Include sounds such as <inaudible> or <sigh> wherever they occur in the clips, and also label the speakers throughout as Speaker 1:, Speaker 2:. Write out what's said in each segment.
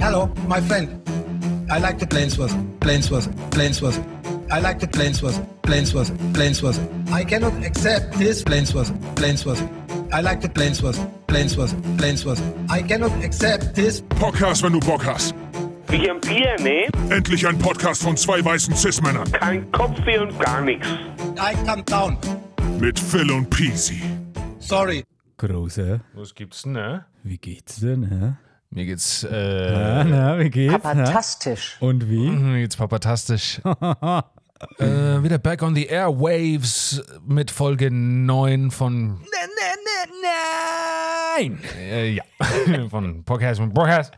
Speaker 1: Hello, my friend. I like the planes was, planes was, planes was. I like the planes was, planes was, planes was. I cannot accept this planes was, planes was. I like the planes was, planes was, planes was. I cannot accept this.
Speaker 2: Podcast, wenn du Bock hast.
Speaker 3: Wie ein Bier, ne?
Speaker 2: Endlich ein Podcast von zwei weißen Cis-Männern.
Speaker 3: Kein Kopfweh und gar nichts.
Speaker 1: I come down.
Speaker 2: Mit Phil und Peasy.
Speaker 1: Sorry.
Speaker 4: Großer,
Speaker 5: Was gibt's denn, ne?
Speaker 4: wie geht's denn, hä?
Speaker 5: Mir geht's, äh, Mhm.
Speaker 4: Na, na, wie geht's? hä?
Speaker 6: Papatastisch.
Speaker 4: Und wie?
Speaker 5: mir
Speaker 4: <laughs>
Speaker 5: geht's papatastisch. äh, wieder back on the airwaves mit Folge 9
Speaker 4: Ne,
Speaker 5: von. Nein! Äh, ja, <laughs> von Podcast und Podcast.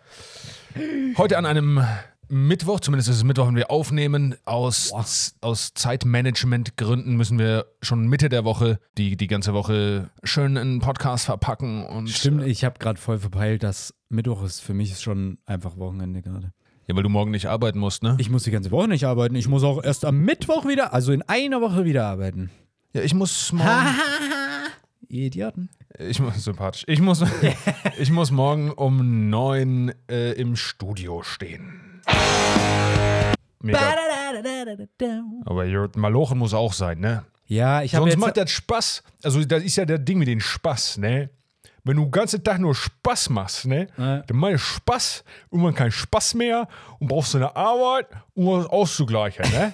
Speaker 5: Heute an einem Mittwoch, zumindest ist es Mittwoch, wenn wir aufnehmen. Aus, aus Zeitmanagementgründen müssen wir schon Mitte der Woche die, die ganze Woche schön einen Podcast verpacken. Und
Speaker 4: Stimmt, ich habe gerade voll verpeilt, dass Mittwoch ist. Für mich ist schon einfach Wochenende gerade.
Speaker 5: Ja, weil du morgen nicht arbeiten musst, ne?
Speaker 4: Ich muss die ganze Woche nicht arbeiten. Ich muss auch erst am Mittwoch wieder, also in einer Woche wieder arbeiten.
Speaker 5: ja, ich muss morgen.
Speaker 4: Ihr Idioten.
Speaker 5: Ich muss sympathisch.
Speaker 4: <laughs>
Speaker 5: Ich muss, ich muss morgen um neun äh, im Studio stehen. Mega. Aber Jörg Malochen muss auch sein, ne?
Speaker 4: Ja, ich habe
Speaker 5: Sonst
Speaker 4: jetzt.
Speaker 5: macht das Spaß. Also das ist ja das Ding mit dem Spaß, ne? Wenn du den ganzen Tag nur Spaß machst, ne?
Speaker 4: Ja.
Speaker 5: Dann mach ich Spaß, irgendwann keinen Spaß mehr und brauchst du eine Arbeit, um das auszugleichen,
Speaker 4: <laughs>
Speaker 5: ne?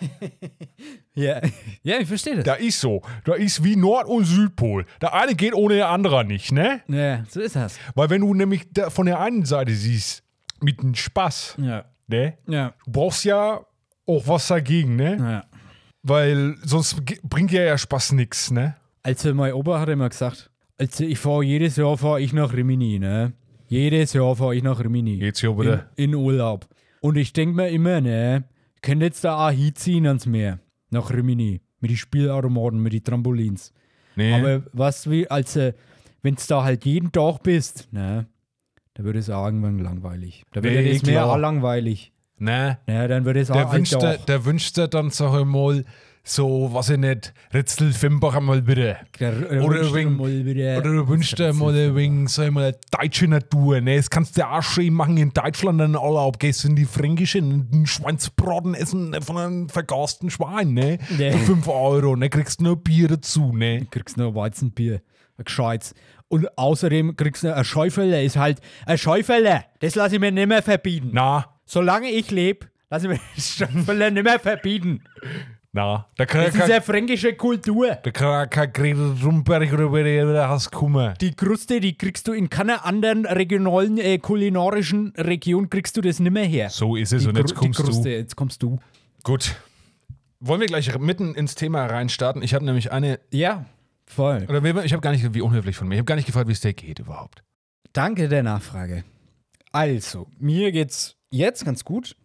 Speaker 4: ja, <laughs> ja, ich verstehe das.
Speaker 5: da ist so. Da ist wie Nord- und Südpol. Der eine geht ohne der andere nicht, ne?
Speaker 4: Ja, so ist das.
Speaker 5: Weil wenn du nämlich da von der einen Seite siehst, mit dem Spaß,
Speaker 4: Ja.
Speaker 5: ne?
Speaker 4: Ja.
Speaker 5: Du brauchst ja auch was dagegen, ne?
Speaker 4: ja.
Speaker 5: Weil sonst ge- bringt dir ja Spaß nix, ne?
Speaker 4: Also mein Opa hat immer gesagt, also ich fahre jedes Jahr fahre ich nach Rimini, ne? Jedes Jahr fahre ich nach Rimini.
Speaker 5: Jedes Jahr bitte?
Speaker 4: In, in Urlaub. Und ich denke mir immer, ne, ich könnte jetzt da auch hinziehen ans Meer. Nach Rimini. Mit den Spielautomaten, mit den Trampolins.
Speaker 5: Nee.
Speaker 4: Aber was wie, also, wenn du da halt jeden Tag bist, ne, da würde es auch irgendwann langweilig. Da wird
Speaker 5: Nee,
Speaker 4: ja das Meer
Speaker 5: eh klar.
Speaker 4: auch langweilig.
Speaker 5: ne?
Speaker 4: Ja, dann würde es Ah, auch
Speaker 5: Der
Speaker 4: ein
Speaker 5: wünscht, dir-
Speaker 4: Tag.
Speaker 5: der wünscht dir dann, sag ich mal, so, was ich nicht, Ritzel Fimbach einmal bitte.
Speaker 4: Der- der
Speaker 5: Oder
Speaker 4: wünscht dir
Speaker 5: wegen,
Speaker 4: mal wieder-
Speaker 5: oder du wünschst dir mal wegen, sag ich mal, deutsche Natur. Ne? Das kannst du ja auch schön machen in Deutschland in Urlaub. Gehst in die Fränkische, einen Schweinsbraten essen ne, von einem vergasten Schwein, ne?
Speaker 4: Nee.
Speaker 5: Für 5 Euro, ne? Kriegst du noch Bier dazu, ne?
Speaker 4: kriegst noch Weizenbier, ein gescheites. Und außerdem kriegst du noch ein Schäufele, ist halt ein Schäufele. Das lasse ich mir nimmer verbieten.
Speaker 5: Na,
Speaker 4: Solange ich lebe, lasse ich mir <laughs> das Schäufele nimmer verbieten.
Speaker 5: na. Da kann ja
Speaker 4: Das ist ja
Speaker 5: kein-
Speaker 4: fränkische Kultur.
Speaker 5: da kann ja kein Gretel Rumberg oder wer der da hast kommen.
Speaker 4: Die Kruste, die kriegst du in keiner anderen regionalen, äh, kulinarischen Region, kriegst du das nimmer her.
Speaker 5: So ist es
Speaker 4: die
Speaker 5: und jetzt
Speaker 4: Kru-
Speaker 5: kommst
Speaker 4: die Kruste,
Speaker 5: du.
Speaker 4: jetzt kommst du.
Speaker 5: Gut. Wollen wir gleich mitten ins Thema reinstarten? Ich habe nämlich eine.
Speaker 4: Ja, voll.
Speaker 5: Oder wir- ich habe gar nicht, wie unhöflich von mir. Ich habe gar nicht gefragt, wie es dir geht überhaupt.
Speaker 4: Danke der Nachfrage. Also, mir geht's jetzt ganz gut.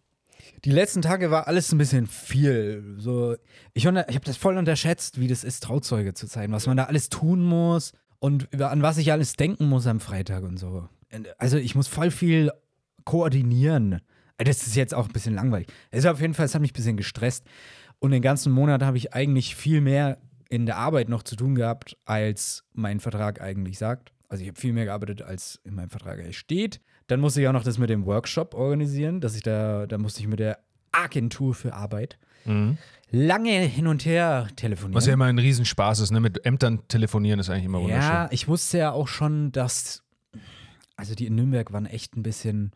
Speaker 4: Die letzten Tage war alles ein bisschen viel. So, ich unter- ich habe das voll unterschätzt, wie das ist, Trauzeuge zu sein, was man da alles tun muss und über, an was ich alles denken muss am Freitag und so. Und, Also, ich muss voll viel koordinieren. Das ist jetzt auch ein bisschen langweilig. Es ist auf jeden Fall, es hat mich ein bisschen gestresst. Und den ganzen Monat habe ich eigentlich viel mehr in der Arbeit noch zu tun gehabt, als mein Vertrag eigentlich sagt. Also ich habe viel mehr gearbeitet, als in meinem Vertrag eigentlich steht. Dann musste ich auch noch das mit dem Workshop organisieren, dass ich da, da musste ich mit der Agentur für Arbeit lange hin und her telefonieren.
Speaker 5: Mhm. Was ja immer ein Riesenspaß ist, ne? Mit Ämtern telefonieren ist eigentlich immer wunderschön.
Speaker 4: Hm? Ja, ich wusste ja auch schon, dass. Also die in Nürnberg waren echt ein bisschen,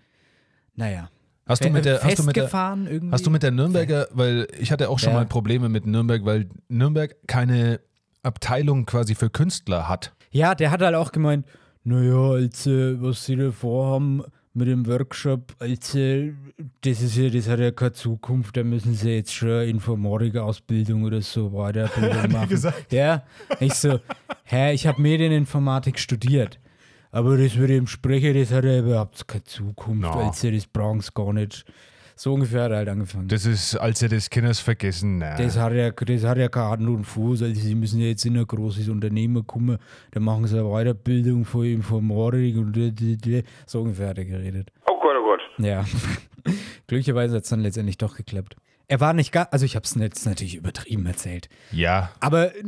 Speaker 4: naja,
Speaker 5: hast, du mit der, hast, du mit der,
Speaker 4: festgefahren irgendwie.
Speaker 5: hast du mit der Nürnberger, weil ich hatte auch schon
Speaker 4: Ja.
Speaker 5: mal Probleme mit Nürnberg, weil Nürnberg keine Abteilung quasi für Künstler hat.
Speaker 4: Ja, der hat halt auch gemeint, naja, als äh, was sie da vorhaben mit dem Workshop, als äh, das ist ja, das hat ja keine Zukunft, da müssen sie jetzt schon Informatikausbildung oder so Weiterbildung machen. gesagt. Ja, ich so, hä, ich habe Medieninformatik studiert. Aber das mit dem Sprecher, das hat ja überhaupt keine Zukunft,
Speaker 5: Na.
Speaker 4: als sie das brauchen sie gar nicht. So ungefähr hat er halt angefangen.
Speaker 5: Das ist, als ihr des Kinders vergessen. Ne?
Speaker 4: Das hat, ja, das hat ja keine Hand und Fuß. Also sie müssen ja jetzt in ein großes Unternehmen kommen, da machen sie eine Weiterbildung von Informatik und d- d- d- so ungefähr hat er geredet.
Speaker 3: Oh Gott, oh Gott.
Speaker 4: Ja. <laughs> Glücklicherweise hat es dann letztendlich doch geklappt. Er war nicht gar, also ich habe es jetzt natürlich übertrieben erzählt.
Speaker 5: ja.
Speaker 4: Aber äh,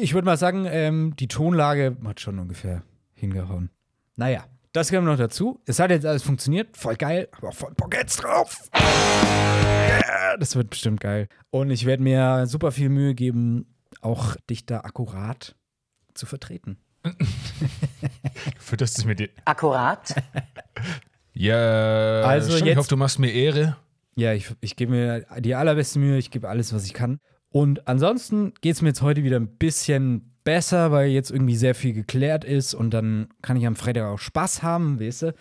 Speaker 4: ich würde mal sagen, ähm, die Tonlage hat schon ungefähr hingehauen. Naja, Das kam noch dazu. Es hat jetzt alles funktioniert. Voll geil. Aber auch voll Bock jetzt drauf. Yeah, das wird bestimmt geil. Und ich werde mir super viel Mühe geben, auch dich da akkurat zu vertreten.
Speaker 5: Fütterst es mit dir.
Speaker 6: Akkurat.
Speaker 5: Ja,
Speaker 4: Also
Speaker 5: stimmt, ich
Speaker 4: jetzt-
Speaker 5: hoffe, du machst mir Ehre.
Speaker 4: Ja, ich, ich gebe mir die allerbeste Mühe. Ich gebe alles, was ich kann. Und ansonsten geht es mir jetzt heute wieder ein bisschen besser, weil jetzt irgendwie sehr viel geklärt ist. Und dann kann ich am Freitag auch Spaß haben, weißt du?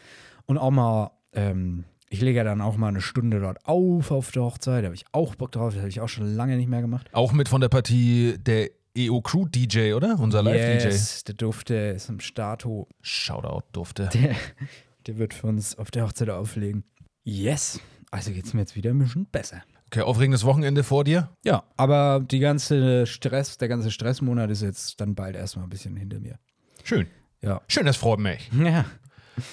Speaker 4: Und auch mal, ähm, ich lege ja dann auch mal eine Stunde dort auf auf der Hochzeit. Da habe ich auch Bock drauf. Das habe ich auch schon lange nicht mehr gemacht.
Speaker 5: Auch mit von der Partie der EO Crew DJ, oder? Unser Live-DJ.
Speaker 4: yes, der Dufte ist im Stato.
Speaker 5: Shoutout durfte.
Speaker 4: Der, <laughs> der wird für uns auf der Hochzeit auflegen. Yes. Also geht es mir jetzt wieder ein bisschen besser.
Speaker 5: Okay, aufregendes Wochenende vor dir.
Speaker 4: Ja, aber die ganze Stress, der ganze Stressmonat ist jetzt dann bald erstmal ein bisschen hinter mir.
Speaker 5: Schön. <laughs>
Speaker 4: Ja.
Speaker 5: Schön, das freut mich.
Speaker 4: Ja.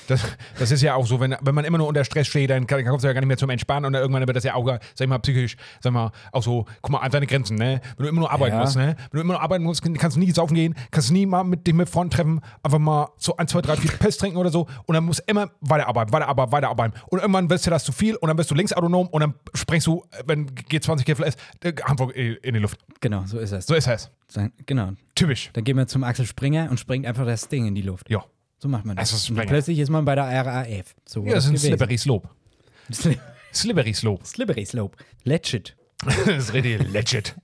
Speaker 5: Das, das ist ja auch so, wenn, wenn man immer nur unter Stress steht, dann kann, kommst du ja gar nicht mehr zum Entspannen und dann irgendwann wird das ja auch, sag ich mal, psychisch, sag ich mal, auch so, guck mal, an deine Grenzen, ne? Wenn du immer nur arbeiten
Speaker 4: Ja.
Speaker 5: musst, ne? Wenn du immer nur arbeiten musst, kannst du nie saufen gehen, kannst du nie mal mit dem Freund treffen, einfach mal so ein, zwei, drei, vier Pest trinken oder so und dann musst du immer weiterarbeiten, weiterarbeiten, weiterarbeiten. Und irgendwann wirst du das zu viel und dann bist du linksautonom und dann springst du, wenn G20 Gipfel ist, äh, Hamburg äh, in die Luft.
Speaker 4: Genau, so ist es.
Speaker 5: So ist es.
Speaker 4: Dann, genau.
Speaker 5: Typisch.
Speaker 4: Dann gehen wir zum Axel Springer und springt einfach das Ding in die Luft.
Speaker 5: Ja.
Speaker 4: So macht man das.
Speaker 5: Das ist
Speaker 4: Und
Speaker 5: Springer.
Speaker 4: plötzlich ist man bei der RAF. So war
Speaker 5: Ja, das ist ein
Speaker 4: gewesen.
Speaker 5: slippery slope.
Speaker 4: <laughs> Sli-
Speaker 5: Slippery slope. <laughs>
Speaker 4: Slippery Slope. Legit.
Speaker 5: das ist richtig legit.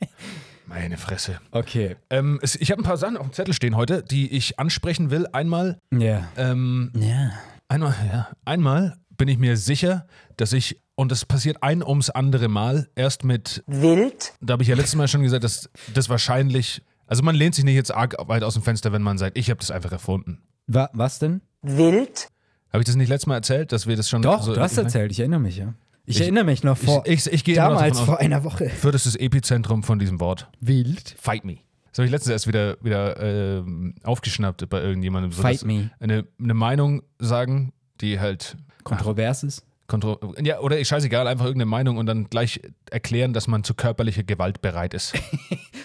Speaker 5: Meine Fresse.
Speaker 4: Okay.
Speaker 5: Ähm, es, ich habe ein paar Sachen auf dem Zettel stehen heute, die ich ansprechen will. Einmal,
Speaker 4: Ja.
Speaker 5: ähm,
Speaker 4: Ja.
Speaker 5: einmal, ja, einmal bin ich mir sicher, dass ich, und das passiert ein ums andere Mal, erst mit,
Speaker 6: Wild.
Speaker 5: da habe ich ja letztes Mal schon gesagt, dass das wahrscheinlich, also man lehnt sich nicht jetzt arg weit aus dem Fenster, wenn man sagt, ich habe das einfach erfunden.
Speaker 4: Wa was denn?
Speaker 6: Wild.
Speaker 5: Habe ich das nicht letztes Mal erzählt, dass wir das schon.
Speaker 4: Doch,
Speaker 5: so-
Speaker 4: du hast erzählt, ich erinnere mich, ja. Ich, erinnere mich noch vor.
Speaker 5: ich- ich gehe immer noch
Speaker 4: damals
Speaker 5: davon
Speaker 4: vor
Speaker 5: aus-
Speaker 4: einer Woche. <laughs>
Speaker 5: Fürth ist das Epizentrum von diesem Wort.
Speaker 4: Wild.
Speaker 5: Fight me. Das habe ich letztens erst wieder, wieder ähm, aufgeschnappt bei irgendjemandem. So,
Speaker 4: Fight
Speaker 5: dass
Speaker 4: me.
Speaker 5: Eine, eine Meinung sagen, die halt
Speaker 4: Kontroverses.
Speaker 5: Kontro ja, oder ich scheißegal, einfach irgendeine Meinung und dann gleich erklären, dass man zu körperlicher Gewalt
Speaker 4: <laughs>
Speaker 5: bereit ist.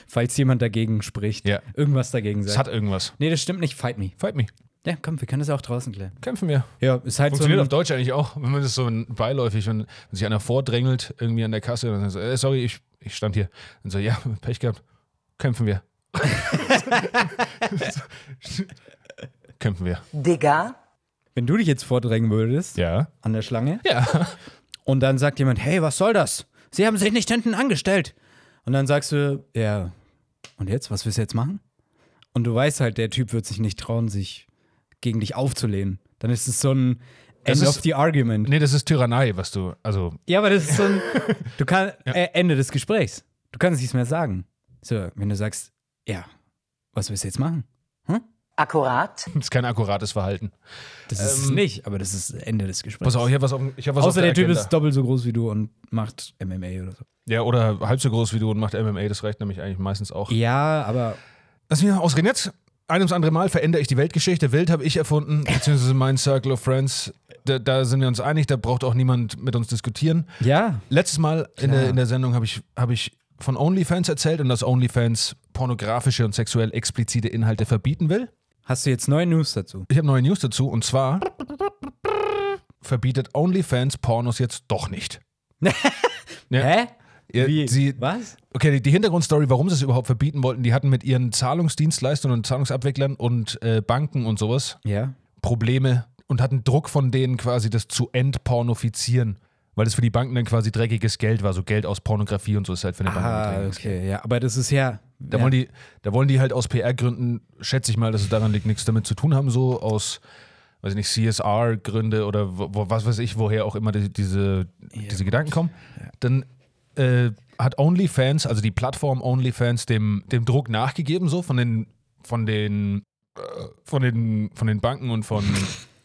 Speaker 4: Falls jemand dagegen spricht.
Speaker 5: Ja.
Speaker 4: Irgendwas dagegen sagt.
Speaker 5: Das hat irgendwas.
Speaker 4: nee, das stimmt nicht. Fight me.
Speaker 5: Fight me.
Speaker 4: Ja, komm, wir können das auch draußen klären.
Speaker 5: Kämpfen wir.
Speaker 4: Ja, ist halt
Speaker 5: Funktioniert
Speaker 4: so.
Speaker 5: auf Deutsch eigentlich auch, wenn man das so beiläufig, wenn, wenn sich einer vordrängelt irgendwie an der Kasse und dann so, äh, sorry, ich, ich stand hier. Und so, ja, Pech gehabt.
Speaker 4: <laughs>
Speaker 5: Kämpfen wir. <laughs> Kämpfen wir.
Speaker 6: Digga.
Speaker 4: Wenn du dich jetzt vordrängen würdest
Speaker 5: Ja.
Speaker 4: an der Schlange
Speaker 5: Ja.
Speaker 4: und dann sagt jemand, hey, was soll das? Sie haben sich nicht hinten angestellt. Und dann sagst du, ja, und jetzt, was willst du jetzt machen? Und du weißt halt, der Typ wird sich nicht trauen, sich gegen dich aufzulehnen. Dann ist es so ein
Speaker 5: Das
Speaker 4: End
Speaker 5: ist-
Speaker 4: of the Argument.
Speaker 5: Nee, das ist Tyrannei, was du, also, <laughs>
Speaker 4: Ja, aber das ist so ein. Du kannst. Äh, Ende des Gesprächs. Du kannst nichts mehr sagen. So, wenn du sagst, ja, was willst du jetzt machen?
Speaker 6: Akkurat.
Speaker 5: das ist kein akkurates Verhalten.
Speaker 4: Das ist es nicht, aber das ist Ende des Gesprächs.
Speaker 5: Ähm, Pass auf, ich hab was auf, ich hab was auf
Speaker 4: Außer der, Typ
Speaker 5: Agenda.
Speaker 4: ist doppelt so groß wie du und macht MMA oder so.
Speaker 5: Ja, oder halb so groß wie du und macht MMA, das reicht nämlich eigentlich meistens auch.
Speaker 4: Ja, aber.
Speaker 5: Lass mich noch ausreden. Jetzt, ein ums andere Mal, verändere ich die Weltgeschichte. Welt habe ich <laughs> erfunden, beziehungsweise mein Circle of Friends. Da, da sind wir uns einig, da braucht auch niemand mit uns diskutieren.
Speaker 4: Ja.
Speaker 5: Letztes Mal in
Speaker 4: Klar.
Speaker 5: der, in der Sendung habe ich, hab ich von OnlyFans erzählt und dass OnlyFans pornografische und sexuell explizite Inhalte verbieten will.
Speaker 4: Hast du jetzt neue News dazu?
Speaker 5: Ich habe neue News dazu und zwar verbietet OnlyFans Pornos jetzt
Speaker 4: <laughs>
Speaker 5: doch nicht. Ja.
Speaker 4: Hä?
Speaker 5: Ja,
Speaker 4: Wie?
Speaker 5: Sie,
Speaker 4: was?
Speaker 5: Okay, die, die Hintergrundstory, warum sie es überhaupt verbieten wollten, die hatten mit ihren Zahlungsdienstleistern und Zahlungsabwicklern und äh, Banken und sowas
Speaker 4: Ja.
Speaker 5: Probleme und hatten Druck von denen quasi, das zu entpornofizieren, weil das für die Banken dann quasi dreckiges Geld war, so Geld aus pornografie und so ist halt für eine Bank
Speaker 4: Ah,
Speaker 5: dreckiges Geld.
Speaker 4: okay, ja. Aber das ist ja.
Speaker 5: Da,
Speaker 4: ja.
Speaker 5: wollen die, da wollen die halt aus PR-Gründen, schätze ich mal, dass es daran liegt, nichts damit zu tun haben, so aus, weiß ich nicht, CSR-Gründe oder wo, wo, was weiß ich, woher auch immer die, diese, diese Gedanken kommen. Dann äh, hat OnlyFans, also die Plattform OnlyFans, dem, dem Druck nachgegeben, so von den, von den, äh, von den, von den Banken
Speaker 4: <laughs>
Speaker 5: und von,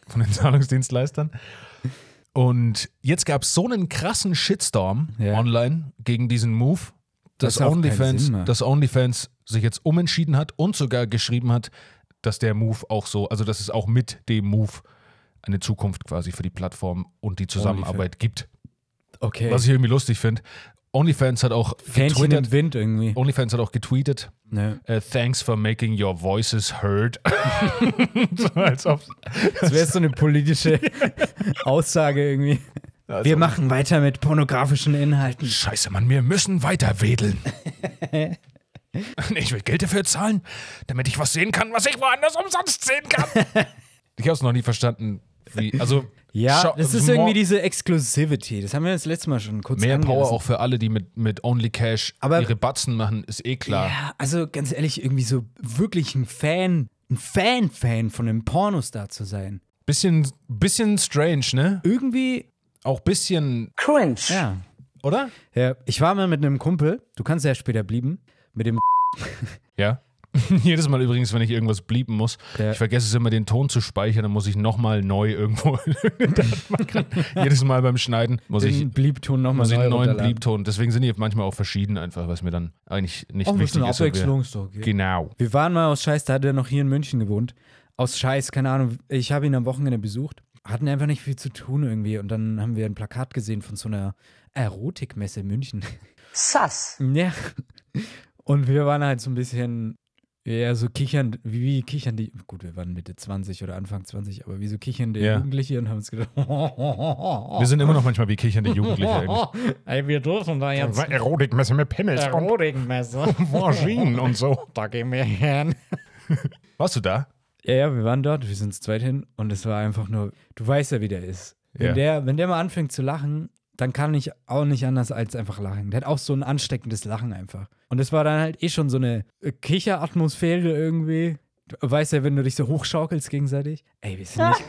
Speaker 5: von den Zahlungsdienstleistern. Und jetzt gab es so einen krassen Shitstorm
Speaker 4: Ja.
Speaker 5: online gegen diesen Move,
Speaker 4: Das
Speaker 5: dass
Speaker 4: auch keinen
Speaker 5: OnlyFans,
Speaker 4: Sinn macht.
Speaker 5: dass OnlyFans sich jetzt umentschieden hat und sogar geschrieben hat, dass der Move auch so, also dass es auch mit dem Move eine Zukunft quasi für die Plattform und die Zusammenarbeit gibt.
Speaker 4: Okay.
Speaker 5: Was ich irgendwie lustig finde. OnlyFans hat auch
Speaker 4: Fähnchen
Speaker 5: getwittert.
Speaker 4: im Wind irgendwie.
Speaker 5: OnlyFans hat auch getweetet.
Speaker 4: Ne.
Speaker 5: äh, thanks for making your voices heard. <laughs> so, als ob,
Speaker 4: Das wäre so eine <laughs> politische Aussage irgendwie. Wir machen weiter mit pornografischen Inhalten.
Speaker 5: Scheiße, Mann, wir müssen weiter wedeln. Nee, ich will Geld dafür zahlen, damit ich was sehen kann, was ich woanders umsonst sehen kann. ich habe es noch nie verstanden. Wie, also
Speaker 4: Ja,
Speaker 5: schau-
Speaker 4: das ist
Speaker 5: more-
Speaker 4: irgendwie diese Exclusivity. Das haben wir das letzte Mal schon kurz
Speaker 5: mehr Power
Speaker 4: angerissen.
Speaker 5: auch für alle, die mit, mit Only Cash
Speaker 4: Aber-
Speaker 5: ihre Batzen machen, ist eh klar.
Speaker 4: Ja, also ganz ehrlich, irgendwie so wirklich ein Fan, ein Fan-Fan von einem Pornostar zu sein.
Speaker 5: Bisschen, bisschen strange, ne?
Speaker 4: Irgendwie,
Speaker 5: Auch bisschen,
Speaker 6: Cringe.
Speaker 4: ja.
Speaker 5: oder?
Speaker 4: ja. Ich war mal mit einem Kumpel, du kannst ja später blieben, mit dem
Speaker 5: Ja. <laughs> Jedes Mal übrigens, wenn ich irgendwas bliepen muss,
Speaker 4: Ja.
Speaker 5: ich vergesse es immer, den Ton zu speichern, dann muss ich nochmal neu irgendwo. <laughs> in irgendeine Datenbank ran.
Speaker 4: <laughs>
Speaker 5: Jedes Mal beim Schneiden muss ich,
Speaker 4: den Bliebton nochmal
Speaker 5: muss ich
Speaker 4: neu
Speaker 5: einen neuen
Speaker 4: runterladen.
Speaker 5: Bliebton. Deswegen sind die manchmal auch verschieden, einfach, was mir dann eigentlich nicht
Speaker 4: Auch ein
Speaker 5: wichtig
Speaker 4: bisschen
Speaker 5: ist. ob wir-
Speaker 4: Abwechslung. ist doch okay.
Speaker 5: Genau.
Speaker 4: Wir waren mal aus Scheiß, da hat er noch hier in München gewohnt. Aus Scheiß, keine Ahnung. Ich habe ihn am Wochenende besucht. Hatten einfach nicht viel zu tun irgendwie. Und dann haben wir ein Plakat gesehen von so einer Erotikmesse in München.
Speaker 6: Sass.
Speaker 4: <laughs> Ja. Und wir waren halt so ein bisschen, ja, so kichernd, wie, wie kichern die, gut, wir waren Mitte 20 oder Anfang 20, aber wie so kichernde
Speaker 5: Ja.
Speaker 4: Jugendliche und haben uns gedacht, <laughs>
Speaker 5: Wir sind immer noch manchmal wie kichernde Jugendliche.
Speaker 4: Oh,
Speaker 5: eigentlich.
Speaker 4: ey, wir dürfen da jetzt
Speaker 5: Erotikmesse mit Pimmels
Speaker 4: Erotikmesse,
Speaker 5: <laughs> Vaginen und so.
Speaker 4: da gehen wir hin.
Speaker 5: Warst du da?
Speaker 4: Ja, ja, wir waren dort, wir sind zu zweit hin und es war einfach nur, du weißt ja, wie der ist. Wenn,
Speaker 5: Ja.
Speaker 4: der, wenn der mal anfängt zu lachen, dann kann ich auch nicht anders als einfach lachen. Der hat auch so ein ansteckendes Lachen einfach. Und es war dann halt eh schon so eine äh, Kicheratmosphäre irgendwie. Du weißt ja, wenn du dich so hochschaukelst gegenseitig. Ey, wir sind nicht.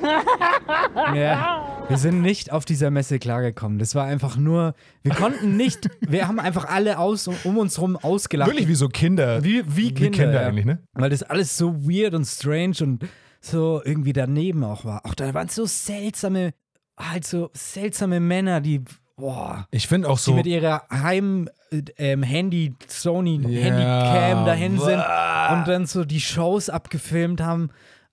Speaker 4: ja, wir sind nicht auf dieser Messe klargekommen. Das war einfach nur, wir konnten nicht, wir haben einfach alle aus, um uns rum ausgelacht.
Speaker 5: Wirklich wie so Kinder.
Speaker 4: Wie, wie Kinder, ja.
Speaker 5: eigentlich, ne?
Speaker 4: Weil das alles so weird und strange und so irgendwie daneben auch war. Auch da waren so seltsame, halt so seltsame Männer, die, boah,
Speaker 5: Ich finde auch so.
Speaker 4: die mit ihrer Heim, äh, ähm, Handy, Sony,
Speaker 5: Ja,
Speaker 4: Handycam dahin sind
Speaker 5: bäh.
Speaker 4: und dann so die Shows abgefilmt haben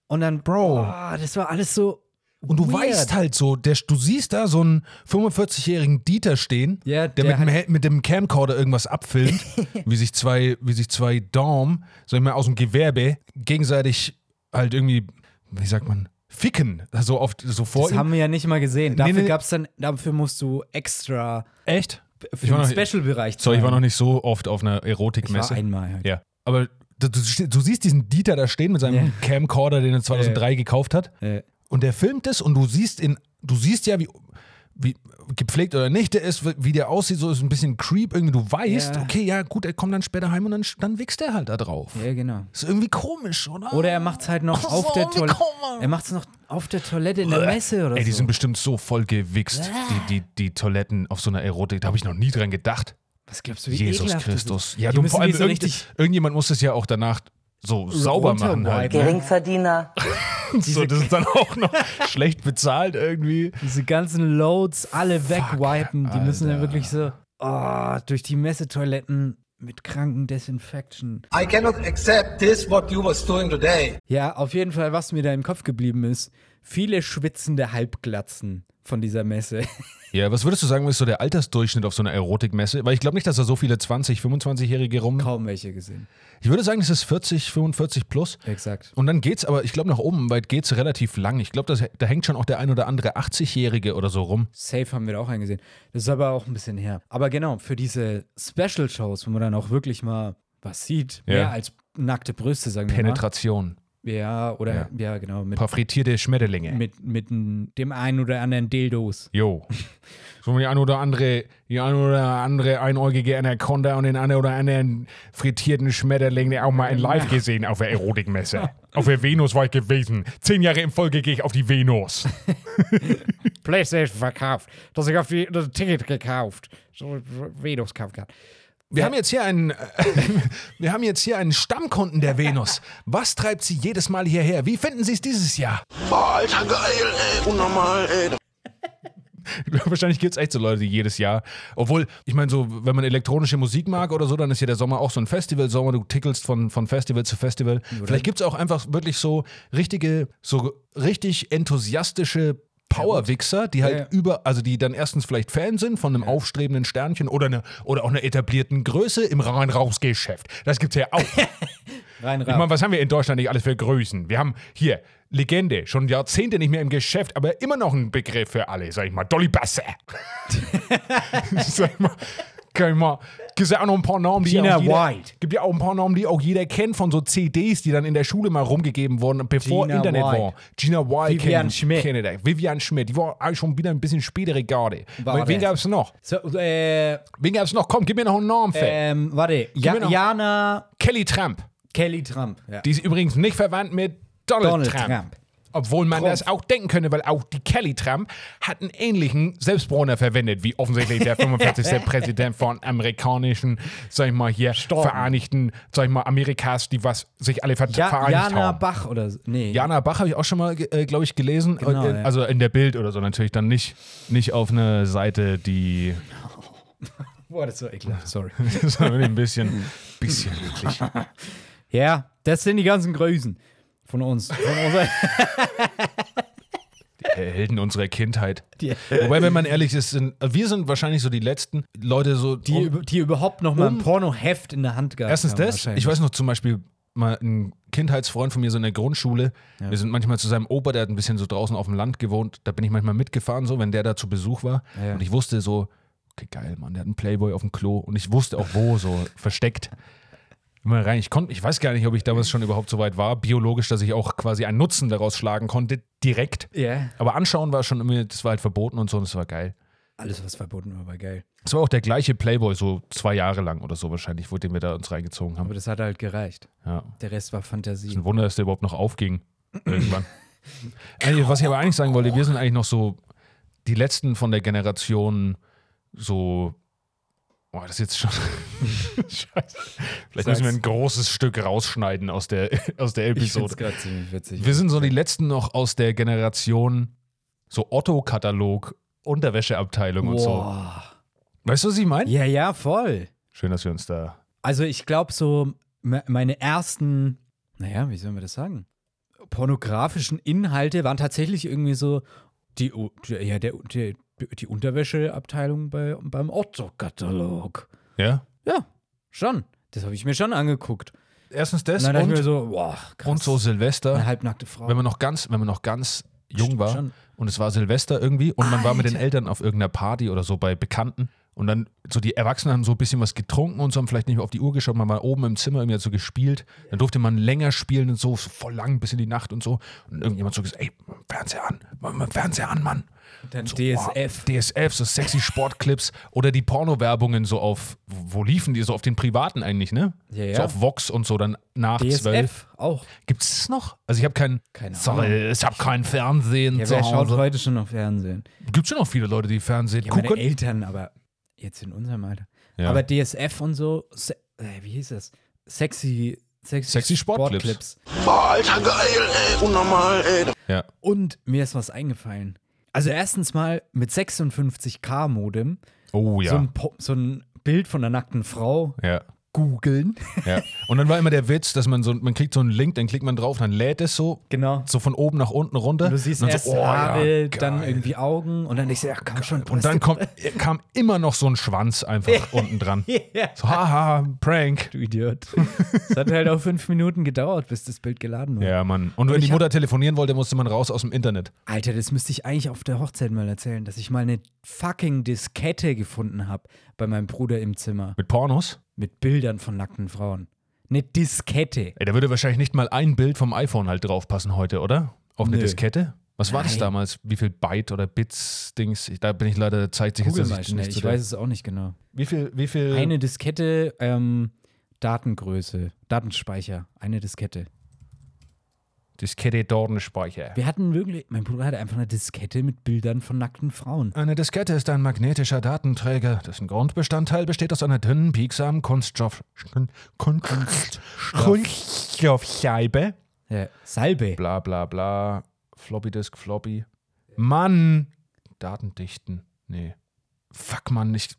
Speaker 4: und dann, Bro, boah, das war alles so.
Speaker 5: Und du
Speaker 4: weird.
Speaker 5: weißt halt so, der, du siehst da so einen 45-jährigen Dieter stehen,
Speaker 4: Ja,
Speaker 5: der,
Speaker 4: der
Speaker 5: mit, dem, Ha- mit dem Camcorder
Speaker 4: <laughs>
Speaker 5: irgendwas abfilmt, wie sich zwei, wie sich zwei Daum, sag ich mal, aus dem Gewerbe gegenseitig halt irgendwie, wie sagt man, ficken. Also oft so vor
Speaker 4: Das
Speaker 5: ihm.
Speaker 4: haben wir ja nicht mal gesehen. Dafür
Speaker 5: nee.
Speaker 4: gab's dann, dafür musst du extra
Speaker 5: Echt?
Speaker 4: für
Speaker 5: Ich war,
Speaker 4: den
Speaker 5: noch,
Speaker 4: Special-Bereich
Speaker 5: sorry, ich war
Speaker 4: zahlen.
Speaker 5: noch nicht so oft auf einer
Speaker 4: ich war
Speaker 5: Erotikmesse.
Speaker 4: einmal. Halt.
Speaker 5: ja. Aber du, du, ste- du siehst diesen Dieter da stehen mit seinem
Speaker 4: Ja.
Speaker 5: Camcorder, den er 2003 gekauft hat.
Speaker 4: Äh,
Speaker 5: Und der filmt es und du siehst in, du siehst ja, wie, wie gepflegt oder nicht der ist, wie der aussieht, so ist ein bisschen creep, irgendwie du weißt,
Speaker 4: Ja.
Speaker 5: okay, ja gut, er kommt dann später heim und dann, dann wächst er halt da drauf.
Speaker 4: ja, genau.
Speaker 5: Ist irgendwie komisch, oder?
Speaker 4: Oder er macht's halt noch
Speaker 5: Das ist
Speaker 4: auf der
Speaker 5: irgendwie
Speaker 4: Toilette.
Speaker 5: komisch.
Speaker 4: Er macht's noch auf der Toilette in der Messe oder
Speaker 5: Äh, Ey, die
Speaker 4: so. Ah.
Speaker 5: sind bestimmt so voll gewichst, die, die, die Toiletten auf so einer Erotik, da habe ich noch nie dran gedacht.
Speaker 4: Was glaubst du, wie
Speaker 5: Jesus
Speaker 4: ekelhaft das ist?
Speaker 5: Christus. Ja,
Speaker 4: Die
Speaker 5: du
Speaker 4: müssen
Speaker 5: vor allem
Speaker 4: die so
Speaker 5: irgend-
Speaker 4: richtig-
Speaker 5: irgendjemand muss das ja auch danach so sauber machen halt. Ne?
Speaker 6: Geringverdiener.
Speaker 5: So, das
Speaker 4: <laughs>
Speaker 5: ist dann auch noch schlecht bezahlt irgendwie.
Speaker 4: Diese ganzen Loads alle wegwipen. Die müssen dann
Speaker 5: Alter.
Speaker 4: wirklich so oh, durch die Messetoiletten mit kranken Desinfection.
Speaker 1: I cannot accept this what you was doing today.
Speaker 4: Ja, auf jeden Fall, was mir da im Kopf geblieben ist, viele schwitzende Halbglatzen von dieser Messe. <laughs>
Speaker 5: Ja, was würdest du sagen, ist so der Altersdurchschnitt auf so einer Erotikmesse? Weil ich glaube nicht, dass da so viele 20, 25-Jährige rum.
Speaker 4: Kaum welche gesehen.
Speaker 5: Ich würde sagen, es ist 40, 45 plus.
Speaker 4: Exakt.
Speaker 5: Und dann geht's aber, ich glaube, nach oben weit geht's relativ lang. Ich glaube, das- da hängt schon auch der ein oder andere 80-Jährige oder so rum.
Speaker 4: Safe haben wir da auch eingesehen. Das ist aber auch ein bisschen her. Aber genau, für diese Special-Shows, wo man dann auch wirklich mal was sieht,
Speaker 5: Ja.
Speaker 4: mehr als nackte Brüste, sagen wir mal.
Speaker 5: Penetration.
Speaker 4: Ja, oder, ja, genau,
Speaker 5: Ein
Speaker 4: mit,
Speaker 5: paar frittierte Schmetterlinge.
Speaker 4: mit, mit n- dem einen oder anderen Dildos.
Speaker 5: Jo. So die ein oder andere, die ein oder andere einäugige Anaconda und den ein oder anderen frittierten Schmetterling der auch mal in live gesehen auf der Erotikmesse. auf der Venus war ich gewesen. Zehn Jahre in Folge gehe ich auf die Venus.
Speaker 4: Playstation verkauft, dass ich auf die, das Ticket gekauft, so Venus kaufen kann.
Speaker 5: Wir haben jetzt hier einen, äh, <laughs> wir haben jetzt hier einen Stammkunden der Venus. Was treibt sie jedes Mal hierher? Wie finden Sie es dieses Jahr?
Speaker 7: Boah, Alter, geil, ey, unnormal, ey.
Speaker 5: <laughs> Wahrscheinlich gibt es echt so Leute, die jedes Jahr, obwohl, ich meine, so, wenn man elektronische Musik mag oder so, dann ist ja der Sommer auch so ein Festival-Sommer, du tickelst von, von Festival zu Festival. Vielleicht gibt es auch einfach wirklich so richtige, so richtig enthusiastische Powerwichser, die halt
Speaker 4: ja.
Speaker 5: über, also die dann erstens vielleicht Fan sind von einem aufstrebenden Sternchen oder, eine, oder auch einer etablierten Größe im Rein-Raus-Geschäft. Das gibt's ja <laughs> auch.
Speaker 4: Rein,
Speaker 5: Ich meine,
Speaker 4: rein.
Speaker 5: was haben wir in Deutschland nicht alles für Größen? Wir haben hier Legende, schon Jahrzehnte nicht mehr im Geschäft, aber immer noch ein Begriff für alle, sag ich mal. Dolly Basse.
Speaker 4: <laughs>
Speaker 5: sag ich mal. Kann ich mal. Gibt ja auch noch ein paar Namen, die
Speaker 4: Gina
Speaker 5: auch jeder,
Speaker 4: White.
Speaker 5: Gibt ja auch ein paar Namen, die auch jeder kennt von so CDs, die dann in der Schule mal rumgegeben wurden, bevor
Speaker 4: Gina
Speaker 5: Internet
Speaker 4: White.
Speaker 5: war. Gina White.
Speaker 4: Vivian
Speaker 5: kennt-
Speaker 4: Schmidt.
Speaker 5: kennt ihr. Vivian Schmidt. Die war auch schon wieder ein bisschen spätere Garde.
Speaker 4: War
Speaker 5: Wen
Speaker 4: der.
Speaker 5: gab's noch?
Speaker 4: So, äh,
Speaker 5: Wen gab's noch? Komm, gib mir noch einen Namen, Phil.
Speaker 4: ähm, warte.
Speaker 5: mir
Speaker 4: Ja,
Speaker 5: noch-
Speaker 4: Jana
Speaker 5: Kelly Trump.
Speaker 4: Kelly Trump. Ja.
Speaker 5: Die ist übrigens nicht verwandt mit Donald,
Speaker 4: Donald
Speaker 5: Trump.
Speaker 4: Trump.
Speaker 5: Obwohl man
Speaker 4: Trump.
Speaker 5: das auch denken könnte, weil auch die Kelly Trump hat einen ähnlichen Selbstbräuner verwendet, wie offensichtlich
Speaker 4: <laughs>
Speaker 5: der 45. Präsident von amerikanischen, sag ich mal hier,
Speaker 4: Staaten.
Speaker 5: Vereinigten, sag ich mal, Amerikas, die was sich alle ver
Speaker 4: ja,
Speaker 5: vereinigt
Speaker 4: Jana
Speaker 5: haben.
Speaker 4: Bach oder so. Nee.
Speaker 5: Jana Bach habe ich auch schon mal, äh, glaube ich, gelesen.
Speaker 4: Genau,
Speaker 5: Äh,
Speaker 4: ja.
Speaker 5: Also in der Bild oder so natürlich dann nicht, nicht auf eine Seite, die
Speaker 4: Boah, das ist so ekelhaft.
Speaker 5: <laughs>
Speaker 4: Sorry.
Speaker 5: so
Speaker 4: <laughs>
Speaker 5: ein bisschen, bisschen wirklich.
Speaker 4: ja, das sind die ganzen Größen von uns. Von
Speaker 5: <laughs>
Speaker 4: unserer
Speaker 5: äh, Helden unserer Kindheit.
Speaker 4: Die-
Speaker 5: Wobei, wenn man ehrlich ist, sind, äh, wir sind wahrscheinlich so die letzten Leute, so
Speaker 4: die,
Speaker 5: um-
Speaker 4: über- die überhaupt noch mal ein Pornoheft in der Hand gehabt
Speaker 5: Erstens
Speaker 4: haben.
Speaker 5: das. Ich weiß noch zum Beispiel mal ein Kindheitsfreund von mir so in der Grundschule. Wir sind manchmal zu seinem Opa, der hat ein bisschen so draußen auf dem Land gewohnt. Da bin ich manchmal mitgefahren, so wenn der da zu Besuch war. Und ich wusste so, okay, geil, Mann, der hat einen Playboy auf dem Klo. Und ich wusste auch wo, so versteckt. Immer rein. Ich konnte, ich weiß gar nicht, ob ich damals schon überhaupt so weit war, biologisch, dass ich auch quasi einen Nutzen daraus schlagen konnte, direkt.
Speaker 4: Ja.
Speaker 5: Aber anschauen war schon immer, das war halt verboten und so, und das war geil.
Speaker 4: Alles, was verboten war, war geil.
Speaker 5: Es war auch der gleiche Playboy, so zwei Jahre lang oder so wahrscheinlich, wo den wir da uns reingezogen
Speaker 4: Aber
Speaker 5: haben.
Speaker 4: das hat halt gereicht.
Speaker 5: Ja.
Speaker 4: Der Rest war Fantasie.
Speaker 5: Ein Wunder, dass der überhaupt noch aufging.
Speaker 4: <clears throat>
Speaker 5: Irgendwann. Eigentlich, was ich aber eigentlich sagen wollte, wir sind eigentlich noch so die letzten von der Generation so. Boah, das ist jetzt schon. <laughs> Scheiße. Vielleicht müssen wir ein großes Stück rausschneiden aus der, <laughs> aus der
Speaker 4: Ich find's
Speaker 5: Episode.
Speaker 4: gerade ziemlich witzig.
Speaker 5: Wir sind so die letzten noch aus der Generation so Otto-Katalog, Unterwäscheabteilung und so.
Speaker 4: Boah.
Speaker 5: Weißt du, was ich meine?
Speaker 4: Ja, ja, voll.
Speaker 5: Schön, dass wir uns da
Speaker 4: Also ich glaube so, me- meine ersten, naja, wie soll man das sagen? Pornografischen Inhalte waren tatsächlich irgendwie so die, U- die- ja, der, die, die Unterwäscheabteilung bei, beim Otto-Katalog.
Speaker 5: Ja.
Speaker 4: Ja, schon. Das habe ich mir schon angeguckt.
Speaker 5: Erstens
Speaker 4: Und
Speaker 5: das
Speaker 4: dann
Speaker 5: und,
Speaker 4: dachte ich mir
Speaker 5: und,
Speaker 4: so, boah, krass.
Speaker 5: so
Speaker 4: eine
Speaker 5: Silvester,
Speaker 4: halbnackte Frau.
Speaker 5: wenn man noch ganz, wenn man noch ganz jung war
Speaker 4: schon.
Speaker 5: und es war Silvester irgendwie und man war mit den Eltern auf irgendeiner Party oder so bei Bekannten und dann so die Erwachsenen haben so ein bisschen was getrunken und so haben vielleicht nicht mehr auf die Uhr geschaut, man war oben im Zimmer irgendwie hat so gespielt, dann durfte man länger spielen und so, so voll lang bis in die Nacht und so und irgendjemand so gesagt, ey, Fernseher an, mach mal Fernseher an, Mann.
Speaker 4: Dann
Speaker 5: So,
Speaker 4: DSF.
Speaker 5: boah, DSF, so sexy Sportclips oder die Pornowerbungen so auf, wo liefen die so auf den privaten eigentlich, ne?
Speaker 4: Ja, ja.
Speaker 5: So auf Vox und so dann nach zwölf.
Speaker 4: DSF auch.
Speaker 5: Gibt es das noch? Also ich habe keinen.
Speaker 4: Keine
Speaker 5: sorry, ich habe kein Fernsehen
Speaker 4: Ja,
Speaker 5: zu
Speaker 4: wer schaut
Speaker 5: Hause.
Speaker 4: heute schon noch Fernsehen?
Speaker 5: Gibt es ja noch viele Leute, die Fernsehen
Speaker 4: Ja, meine
Speaker 5: gucken?
Speaker 4: Eltern, aber jetzt in unserem Alter.
Speaker 5: Ja.
Speaker 4: Aber DSF und so, se äh, wie hieß das? Sexy, sexy,
Speaker 5: Sexy Sportclips.
Speaker 7: Boah, Alter, geil, ey. Unnormal, ey.
Speaker 5: Ja.
Speaker 4: Und mir ist was eingefallen. Also erstens mal mit 56k Modem
Speaker 5: Oh ja.
Speaker 4: so, ein Po- so ein Bild von einer nackten Frau
Speaker 5: ja.
Speaker 4: googeln. <laughs>
Speaker 5: Ja. Und dann war immer der Witz, dass man so, man kriegt so einen Link, dann klickt man drauf, dann lädt es so,
Speaker 4: Genau.
Speaker 5: so von oben nach unten runter.
Speaker 4: Du siehst
Speaker 5: und dann
Speaker 4: erst
Speaker 5: so, oh,
Speaker 4: Haare,
Speaker 5: ja,
Speaker 4: dann
Speaker 5: geil.
Speaker 4: irgendwie Augen und dann denkst du, ja, komm schon.
Speaker 5: Und dann kommt, äh, kam immer noch so ein
Speaker 4: <laughs>
Speaker 5: Schwanz einfach unten dran.
Speaker 4: Ja.
Speaker 5: So, haha, Prank.
Speaker 4: <laughs> Du
Speaker 5: <laughs>
Speaker 4: Idiot. Es hat halt auch fünf Minuten gedauert, bis das Bild geladen wurde.
Speaker 5: Ja, Mann. Und wenn die
Speaker 4: ich hab-
Speaker 5: Mutter telefonieren wollte, musste man raus aus dem Internet.
Speaker 4: Alter, das müsste ich eigentlich auf der Hochzeit mal erzählen, dass ich mal eine fucking Diskette gefunden habe bei meinem Bruder im Zimmer
Speaker 5: Mit Pornos?
Speaker 4: mit Bildern von nackten Frauen. Eine Diskette.
Speaker 5: Ey, da würde wahrscheinlich nicht mal ein Bild vom iPhone halt draufpassen heute, oder? Auf eine
Speaker 4: Nö.
Speaker 5: Diskette? Was war das
Speaker 4: Nein.
Speaker 5: damals? Wie viel Byte oder Bits, Dings? Ich, da bin ich leider, zeigt sich jetzt,
Speaker 4: Google
Speaker 5: dass
Speaker 4: mal
Speaker 5: ich
Speaker 4: schnell,
Speaker 5: nicht so
Speaker 4: ich
Speaker 5: der-
Speaker 4: weiß es auch nicht genau.
Speaker 5: Wie viel, wie viel?
Speaker 4: Eine Diskette, ähm, Datengröße, Datenspeicher, eine Diskette.
Speaker 5: Diskette Dornenspeicher.
Speaker 4: Wir hatten wirklich, mein Bruder hatte einfach eine Diskette mit Bildern von nackten Frauen.
Speaker 5: Eine Diskette ist ein magnetischer Datenträger, dessen Grundbestandteil besteht aus einer dünnen, biegsamen Kunststoff... Kunst, Kunststoffscheibe.
Speaker 4: Ja, Salbe.
Speaker 5: Bla, bla, bla. Floppydisk, Floppy. Mann! Datendichten. Nee. Fuck, Mann, ich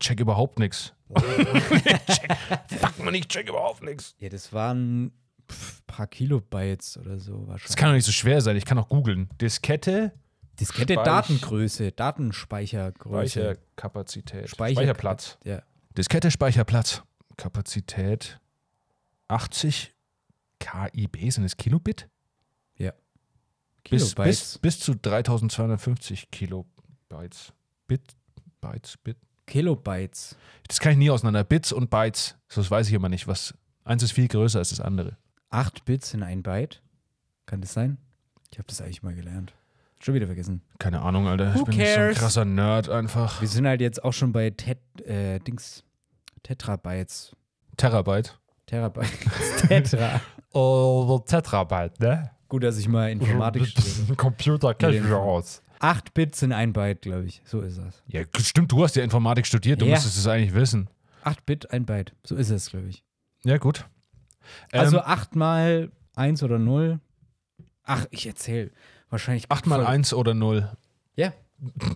Speaker 5: check überhaupt nichts. Fuck, Mann, ich check überhaupt nichts.
Speaker 4: Ja, das waren pf, paar Kilobytes oder so wahrscheinlich.
Speaker 5: Das kann doch nicht so schwer sein. Ich kann auch googeln. Diskette,
Speaker 4: Diskette
Speaker 5: Speich-
Speaker 4: Datengröße, Datenspeichergröße.
Speaker 5: Speicherkapazität.
Speaker 4: Speicher-
Speaker 5: Speicherplatz.
Speaker 4: Ja.
Speaker 5: Diskette Speicherplatz. Kapazität 80 KIB, sind es Kilobit?
Speaker 4: ja.
Speaker 5: Bis,
Speaker 4: Kilobytes.
Speaker 5: bis, bis zu 3250 Kilobytes. Bit, Bytes, Bit.
Speaker 4: Kilobytes.
Speaker 5: Das kann ich nie auseinander. Bits und Bytes. So, Das weiß ich immer nicht. Was, eins ist viel größer als das andere.
Speaker 4: Acht Bits in ein Byte. Kann das sein? Ich habe das eigentlich mal gelernt. Schon wieder vergessen.
Speaker 5: Keine Ahnung, Alter. Ich
Speaker 4: Who
Speaker 5: bin so ein
Speaker 4: cares?
Speaker 5: krasser Nerd einfach.
Speaker 4: Wir sind halt jetzt auch schon bei Tet, äh, Dings, Tetrabytes.
Speaker 5: Terabyte.
Speaker 4: Terabytes. <laughs> Tetra.
Speaker 5: Oh, Tetrabyte, ne?
Speaker 4: Gut, dass ich mal
Speaker 5: <laughs>
Speaker 4: Informatik <laughs> studiere.
Speaker 5: Computer kenn
Speaker 4: ich mich
Speaker 5: aus.
Speaker 4: Acht Bits in ein Byte, glaube ich. So ist das.
Speaker 5: Ja, stimmt, du hast ja Informatik studiert, du
Speaker 4: Ja.
Speaker 5: müsstest es eigentlich wissen.
Speaker 4: Acht Bit, ein Byte. So ist es, glaube ich.
Speaker 5: Ja, gut. Ähm,
Speaker 4: Also acht mal eins oder null. Ach, ich erzähle. Wahrscheinlich.
Speaker 5: 8 mal 1 oder 0.
Speaker 4: Ja.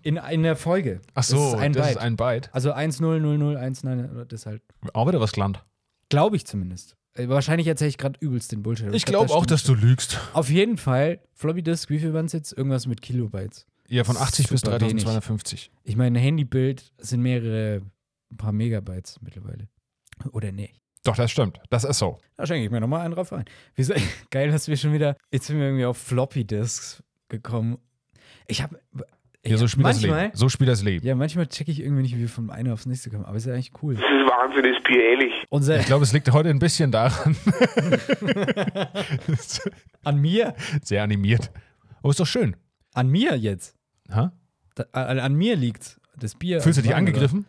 Speaker 4: In, in der Folge.
Speaker 5: Ach so,
Speaker 4: Das ist ein
Speaker 5: das
Speaker 4: Byte.
Speaker 5: ist ein Byte.
Speaker 4: also 1, 0, 0, 0, 1, 9, oder das halt.
Speaker 5: Auch wieder was gelernt.
Speaker 4: Glaube ich zumindest. Äh, Wahrscheinlich erzähle ich gerade übelst den Bullshit. aber
Speaker 5: Ich glaube auch,
Speaker 4: stimmt.
Speaker 5: dass du lügst.
Speaker 4: Auf jeden Fall, Floppy Disk, wie viel waren es jetzt? Irgendwas mit Kilobytes.
Speaker 5: Ja, von 80 bis
Speaker 4: Super wenig.
Speaker 5: 3250.
Speaker 4: Ich meine, Handybild sind mehrere, ein paar Megabytes mittlerweile. Oder nee.
Speaker 5: Doch, das stimmt. Das ist so.
Speaker 4: Da schenke ich mir nochmal einen drauf ein. Wieso, <laughs> geil, dass wir schon wieder. Jetzt sind wir irgendwie auf Floppy Disks gekommen. Ich habe.
Speaker 5: Ja, so spielt das
Speaker 4: manchmal,
Speaker 5: Leben. So spielt das Leben.
Speaker 4: Ja, manchmal checke ich irgendwie nicht, wie wir von einem aufs nächste kommen. Aber ist ja eigentlich cool.
Speaker 3: Das ist Wahnsinn, ist Bier ehrlich.
Speaker 4: Unser,
Speaker 5: Ich glaube, es liegt heute ein bisschen daran, <laughs>
Speaker 4: an mir.
Speaker 5: sehr animiert. Aber ist doch schön.
Speaker 4: An mir jetzt.
Speaker 5: Ha?
Speaker 4: Da, an, an mir liegt das Bier.
Speaker 5: Fühlst du dich
Speaker 4: Oder-
Speaker 5: angegriffen?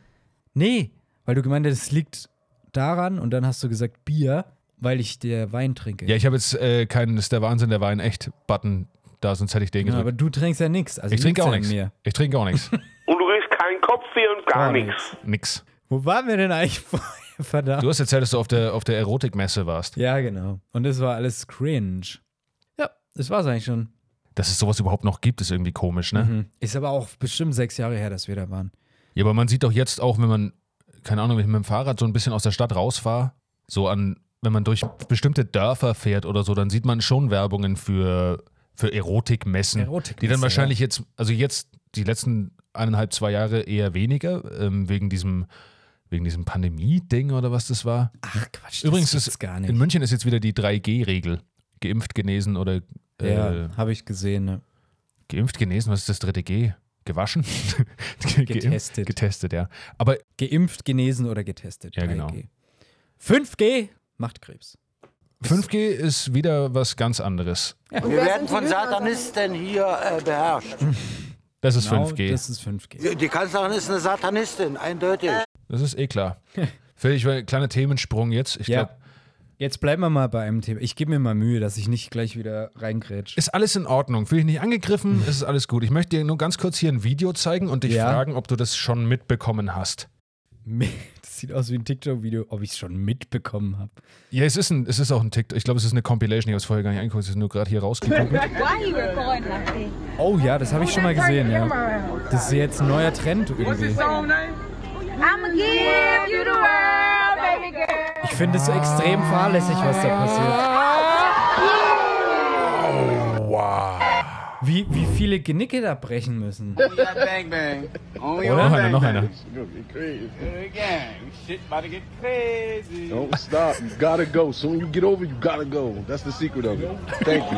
Speaker 4: Nee, weil du gemeint hast, es liegt daran und dann hast du gesagt Bier, weil ich der Wein trinke.
Speaker 5: Ja, ich habe jetzt äh, keinen Ist der Wahnsinn, der Wein echt Button da, sonst hätte ich den
Speaker 4: Ja,
Speaker 5: gedrückt.
Speaker 4: aber du trinkst ja nichts. Also
Speaker 5: ich trinke
Speaker 4: liegt's
Speaker 5: auch
Speaker 4: ja an
Speaker 5: nichts.
Speaker 4: mir.
Speaker 5: Ich trinke auch <laughs> nichts.
Speaker 3: Und du kriegst keinen Kopfweh und gar
Speaker 4: Gar
Speaker 3: nichts.
Speaker 5: Nix.
Speaker 4: Wo waren wir denn eigentlich <laughs> vorher? Verdammt.
Speaker 5: Du hast erzählt, dass du auf der, auf der Erotikmesse warst.
Speaker 4: Ja, genau. Und es war alles cringe. Ja, das war's eigentlich schon. Hm.
Speaker 5: Dass es sowas überhaupt noch gibt, ist irgendwie komisch, ne?
Speaker 4: Ist aber auch bestimmt sechs Jahre her, dass wir da waren.
Speaker 5: Ja, aber man sieht doch jetzt auch, wenn man, keine Ahnung, wenn ich mit dem Fahrrad so ein bisschen aus der Stadt rausfahre, so an, wenn man durch bestimmte Dörfer fährt oder so, dann sieht man schon Werbungen für, für Erotikmessen.
Speaker 4: Erotikmesse,
Speaker 5: die dann wahrscheinlich jetzt, also jetzt die letzten eineinhalb, zwei Jahre eher weniger, ähm, wegen diesem, wegen diesem Pandemie-Ding oder was das war.
Speaker 4: Ach Quatsch,
Speaker 5: Übrigens
Speaker 4: das gibt's
Speaker 5: ist
Speaker 4: gar
Speaker 5: in
Speaker 4: nicht.
Speaker 5: München ist jetzt wieder die 3G-Regel. Geimpft, genesen oder äh,
Speaker 4: Ja, habe ich gesehen. Ne?
Speaker 5: geimpft, genesen, was ist das dritte G? Gewaschen? <laughs> Ge- geimpft,
Speaker 4: Getestet.
Speaker 5: Getestet, ja. Aber
Speaker 4: Geimpft, genesen oder getestet.
Speaker 5: Ja,
Speaker 4: 3G.
Speaker 5: genau.
Speaker 4: 5G macht Krebs.
Speaker 5: 5G ist wieder was ganz anderes.
Speaker 7: Wir werden von Satanisten hier äh, beherrscht.
Speaker 5: Das ist
Speaker 4: Genau,
Speaker 5: 5G. Das,
Speaker 4: Das ist 5G.
Speaker 7: Die, die Kanzlerin ist eine Satanistin, eindeutig.
Speaker 5: ist
Speaker 4: <laughs>
Speaker 5: eh klar. Völlig ein kleiner Themensprung jetzt. Ich
Speaker 4: Ja.
Speaker 5: glaube,
Speaker 4: Jetzt bleiben wir mal bei einem Thema. Ich gebe mir mal Mühe, dass ich nicht gleich wieder reingrätsch. <laughs>
Speaker 5: ist alles in Ordnung. Fühle ich nicht angegriffen, es ist alles gut. Ich möchte dir nur ganz kurz hier ein Video zeigen und dich
Speaker 4: Ja.
Speaker 5: fragen, ob du das schon mitbekommen hast.
Speaker 4: Das sieht aus wie ein TikTok-Video, ob ich es schon mitbekommen habe.
Speaker 5: Ja, es ist, ein, es ist auch ein TikTok. Ich glaube, es ist eine Compilation. Ich habe es vorher gar nicht angeguckt. Es ist nur gerade hier
Speaker 8: <laughs>
Speaker 5: rausgekommen.
Speaker 9: Why you were going like this?
Speaker 4: Oh ja, das habe ich schon mal gesehen. Ja. Das ist jetzt ein neuer Trend irgendwie.
Speaker 9: I'ma give you the world, baby girl.
Speaker 4: Ich finde es so extrem fahrlässig, was da passiert. Wie, wie viele Genicke da brechen müssen.
Speaker 10: Bang bang. On your
Speaker 5: Noch
Speaker 10: bang
Speaker 5: einer, noch
Speaker 10: bang.
Speaker 5: einer.
Speaker 10: Gang. Shit about to get crazy.
Speaker 8: Don't stop. You gotta go. Soon you get over, you gotta go. That's the secret of it. Thank you.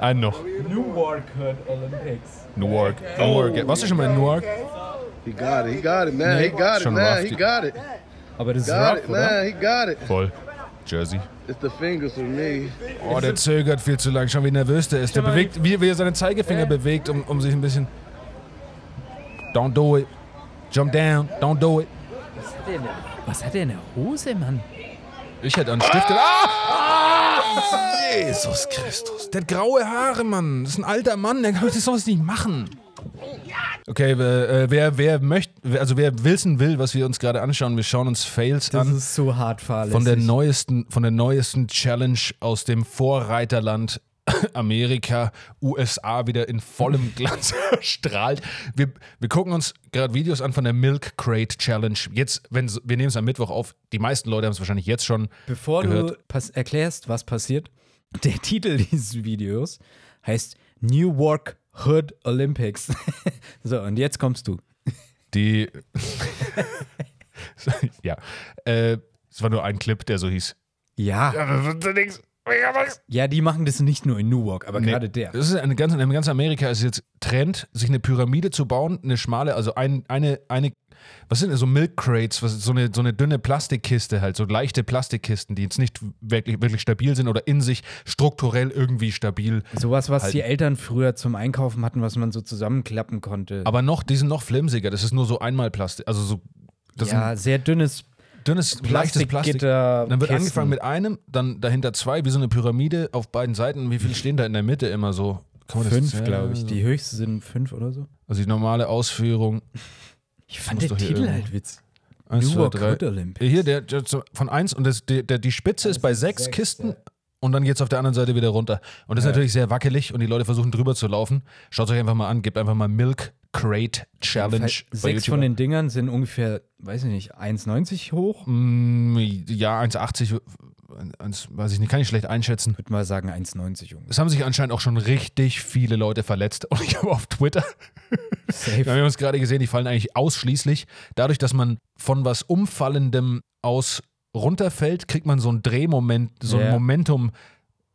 Speaker 5: Einen noch.
Speaker 4: Newark Hurt Olympics.
Speaker 5: Newark. Newark. Warst du schon mal in Newark?
Speaker 8: He got it. He got it, man. He got it,
Speaker 5: Schon
Speaker 8: man.
Speaker 5: rough,
Speaker 8: He
Speaker 5: dude.
Speaker 8: got it.
Speaker 4: Aber das ist
Speaker 8: Got
Speaker 4: rough,
Speaker 8: it,
Speaker 4: oder?
Speaker 8: man.
Speaker 11: ne?
Speaker 8: He got it.
Speaker 5: Voll. Jersey.
Speaker 8: It's the fingers for me.
Speaker 5: Oh, der zögert viel zu lang. Schon wie nervös der ist. Der bewegt, wie, wie er seine Zeigefinger bewegt, um, um sich ein bisschen. Don't do it. Jump down. Don't do it.
Speaker 4: Was hat der in der Hose, Mann?
Speaker 5: Ich hätte einen Stift. Ah! Jesus Christus. Der hat graue Haare, Mann. Das ist ein alter Mann. Der kann das sowas nicht machen. Okay, äh, äh, wer, wer möchte, wer- also wer wissen will, was wir uns gerade anschauen, wir schauen uns Fails
Speaker 4: Das
Speaker 5: an
Speaker 4: ist so hart fahrlässig.
Speaker 5: von der neuesten, von der neuesten Challenge aus dem Vorreiterland <laughs> Amerika, USA wieder in vollem Glanz strahlt. Wir, wir gucken uns gerade Videos an von der Milk Crate Challenge. Jetzt, wenn wir nehmen es am Mittwoch auf, die meisten Leute haben es wahrscheinlich jetzt schon
Speaker 4: Bevor
Speaker 5: gehört.
Speaker 4: du pass erklärst, was passiert, <laughs> der Titel dieses Videos heißt Newark Hood Olympics. <laughs> so, und jetzt kommst du.
Speaker 5: Die. <laughs> ja. Äh, es war nur ein Clip, der so hieß.
Speaker 4: Ja, ja, die machen das nicht nur in Newark, aber gerade der.
Speaker 5: Das ist eine ganz, in ganz Amerika ist jetzt Trend, sich eine Pyramide zu bauen, eine schmale, also ein, eine, eine, was sind denn so Milk Crates, was, so, eine, so eine dünne Plastikkiste halt, so leichte Plastikkisten, die jetzt nicht wirklich, wirklich stabil sind oder in sich strukturell irgendwie stabil.
Speaker 4: Sowas, was die
Speaker 5: halten.
Speaker 4: Eltern früher zum Einkaufen hatten, was man so zusammenklappen konnte.
Speaker 5: Aber noch, die sind noch flimsiger, das ist nur so einmal Plastik, also so, das
Speaker 4: ja, sehr dünnes.
Speaker 5: dünnes, leichtes Plastik.
Speaker 4: Plastikgitter,
Speaker 5: Dann wird
Speaker 4: Kissen.
Speaker 5: angefangen mit einem, dann dahinter zwei, wie so eine Pyramide auf beiden Seiten. Wie viele stehen da in der Mitte immer so? Kann man Oh, das
Speaker 4: Fünf,
Speaker 5: zählen?
Speaker 4: glaube ich. Die höchste sind fünf oder so.
Speaker 5: Also die normale Ausführung.
Speaker 4: Ich fand den
Speaker 5: muss doch hier
Speaker 4: Titel
Speaker 5: irgendwo-
Speaker 4: halt witzig.
Speaker 5: Eins, zwei,
Speaker 4: Newark
Speaker 5: drei.
Speaker 4: Hood Olympics.
Speaker 5: Hier, der, der so von eins und das, der, der, die Spitze ist bei sechs, Kisten und dann geht es auf der anderen Seite wieder runter. Und das ist natürlich sehr wackelig und die Leute versuchen drüber zu laufen. Schaut euch einfach mal an, gebt einfach mal Milk Crate Challenge.
Speaker 4: Fall-
Speaker 5: bei
Speaker 4: Sechs
Speaker 5: YouTube
Speaker 4: von den Dingern sind ungefähr, weiß ich nicht, 1,90 hoch.
Speaker 5: Mhm. an. Mm, Ja, 1,80, eins- weiß ich nicht, kann ich schlecht einschätzen.
Speaker 4: Würde mal sagen 1,90
Speaker 5: <laughs>
Speaker 4: ungefähr.
Speaker 5: Es haben sich anscheinend auch schon richtig viele Leute verletzt. <laughs> Und ich habe auf Twitter, wir haben uns gerade gesehen, die fallen eigentlich ausschließlich. Dadurch, dass man von was Umfallendem aus runterfällt, kriegt man so ein Drehmoment, so ein
Speaker 4: Ja.
Speaker 5: Momentum,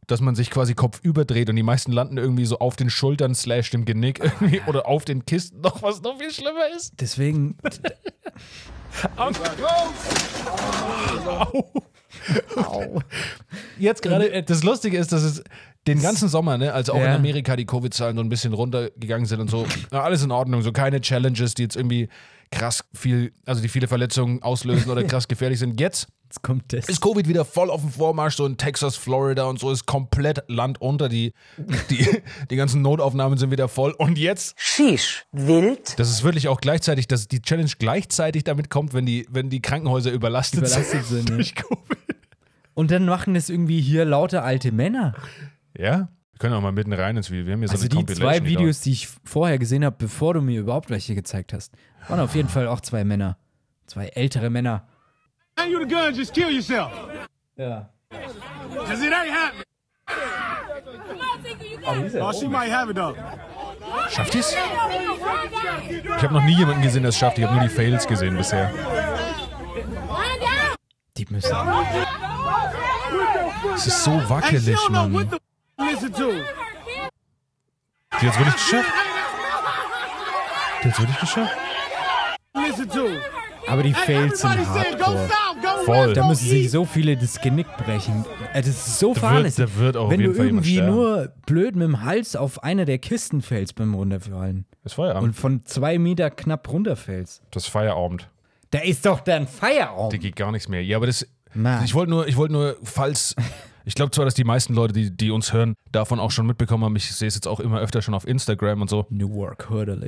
Speaker 5: dass man sich quasi Kopf überdreht und die meisten landen irgendwie so auf den Schultern slash dem Genick <laughs> irgendwie oder auf den Kisten noch, was noch viel schlimmer ist.
Speaker 4: Deswegen,
Speaker 5: Jetzt gerade, äh, das Lustige ist, dass es den ganzen Sommer, ne, als auch in
Speaker 4: Ja.
Speaker 5: Amerika die Covid-Zahlen so ein bisschen runtergegangen sind und so, na, alles in Ordnung, so keine Challenges, die jetzt irgendwie krass viel, also die viele Verletzungen auslösen <laughs> oder krass gefährlich sind. Jetzt
Speaker 4: jetzt kommt das.
Speaker 5: ist Covid wieder voll auf dem Vormarsch, so in Texas, Florida und so ist komplett Land unter, die, die, <laughs> die ganzen Notaufnahmen sind wieder voll und jetzt
Speaker 6: Schisch. Wild.
Speaker 5: das ist wirklich auch gleichzeitig, dass die Challenge gleichzeitig damit kommt, wenn die, wenn die Krankenhäuser
Speaker 4: <laughs>
Speaker 5: überlastet, <laughs>
Speaker 4: Überlastet sind, ne?
Speaker 5: durch Covid.
Speaker 4: Und dann machen das irgendwie hier lauter alte Männer.
Speaker 5: Ja, wir können auch mal mitten rein ins Video. Wir haben hier so
Speaker 4: Also
Speaker 5: eine
Speaker 4: die
Speaker 5: Compilation,
Speaker 4: zwei
Speaker 5: dauert-
Speaker 4: Videos, die ich vorher gesehen habe, bevor du mir überhaupt welche gezeigt hast, waren auf jeden Fall auch zwei Männer. Zwei ältere Männer.
Speaker 10: Hand you the gun, just kill yourself.
Speaker 4: Ja.
Speaker 10: Cause it ain't happening. Oh, she might have it though.
Speaker 5: Schafft ihr's? Ich habe noch nie jemanden gesehen, der es schafft. Ich habe nur die Fails gesehen bisher.
Speaker 4: Die müssen.
Speaker 5: Es ist so
Speaker 10: Hey, she
Speaker 5: wackelig,
Speaker 10: don't know
Speaker 5: Mann.
Speaker 10: what the f- listen to.
Speaker 5: Die hat's wirklich geschafft. Die hat's wirklich geschafft.
Speaker 10: Listen to.
Speaker 4: Aber die
Speaker 10: Hey,
Speaker 4: Fails sind
Speaker 10: everybody said go
Speaker 4: hardcore.
Speaker 10: south, go
Speaker 5: Voll.
Speaker 10: west,
Speaker 4: Da
Speaker 10: go
Speaker 4: müssen sich
Speaker 10: east.
Speaker 4: so viele das Genick brechen. Äh, Das ist so
Speaker 5: Da wird-
Speaker 4: fahrlässig.
Speaker 5: da wird auch auf
Speaker 4: Wenn
Speaker 5: jeden
Speaker 4: du
Speaker 5: Fall jemand
Speaker 4: irgendwie
Speaker 5: sterben.
Speaker 4: nur blöd mit dem Hals auf eine der Kisten fällst beim Runterfallen
Speaker 5: Das Feierabend.
Speaker 4: und von zwei Meter knapp runterfällst,
Speaker 5: Das Feierabend.
Speaker 4: da ist doch dann Feierabend.
Speaker 5: Da geht gar nichts mehr. Ja, aber das.
Speaker 4: Mann.
Speaker 5: Ich wollte nur, ich wollte nur, falls. Ich glaube zwar, dass die meisten Leute, die, die uns hören, davon auch schon mitbekommen haben. Ich sehe es jetzt auch immer öfter schon auf Instagram und so.
Speaker 4: Newark Hurdle.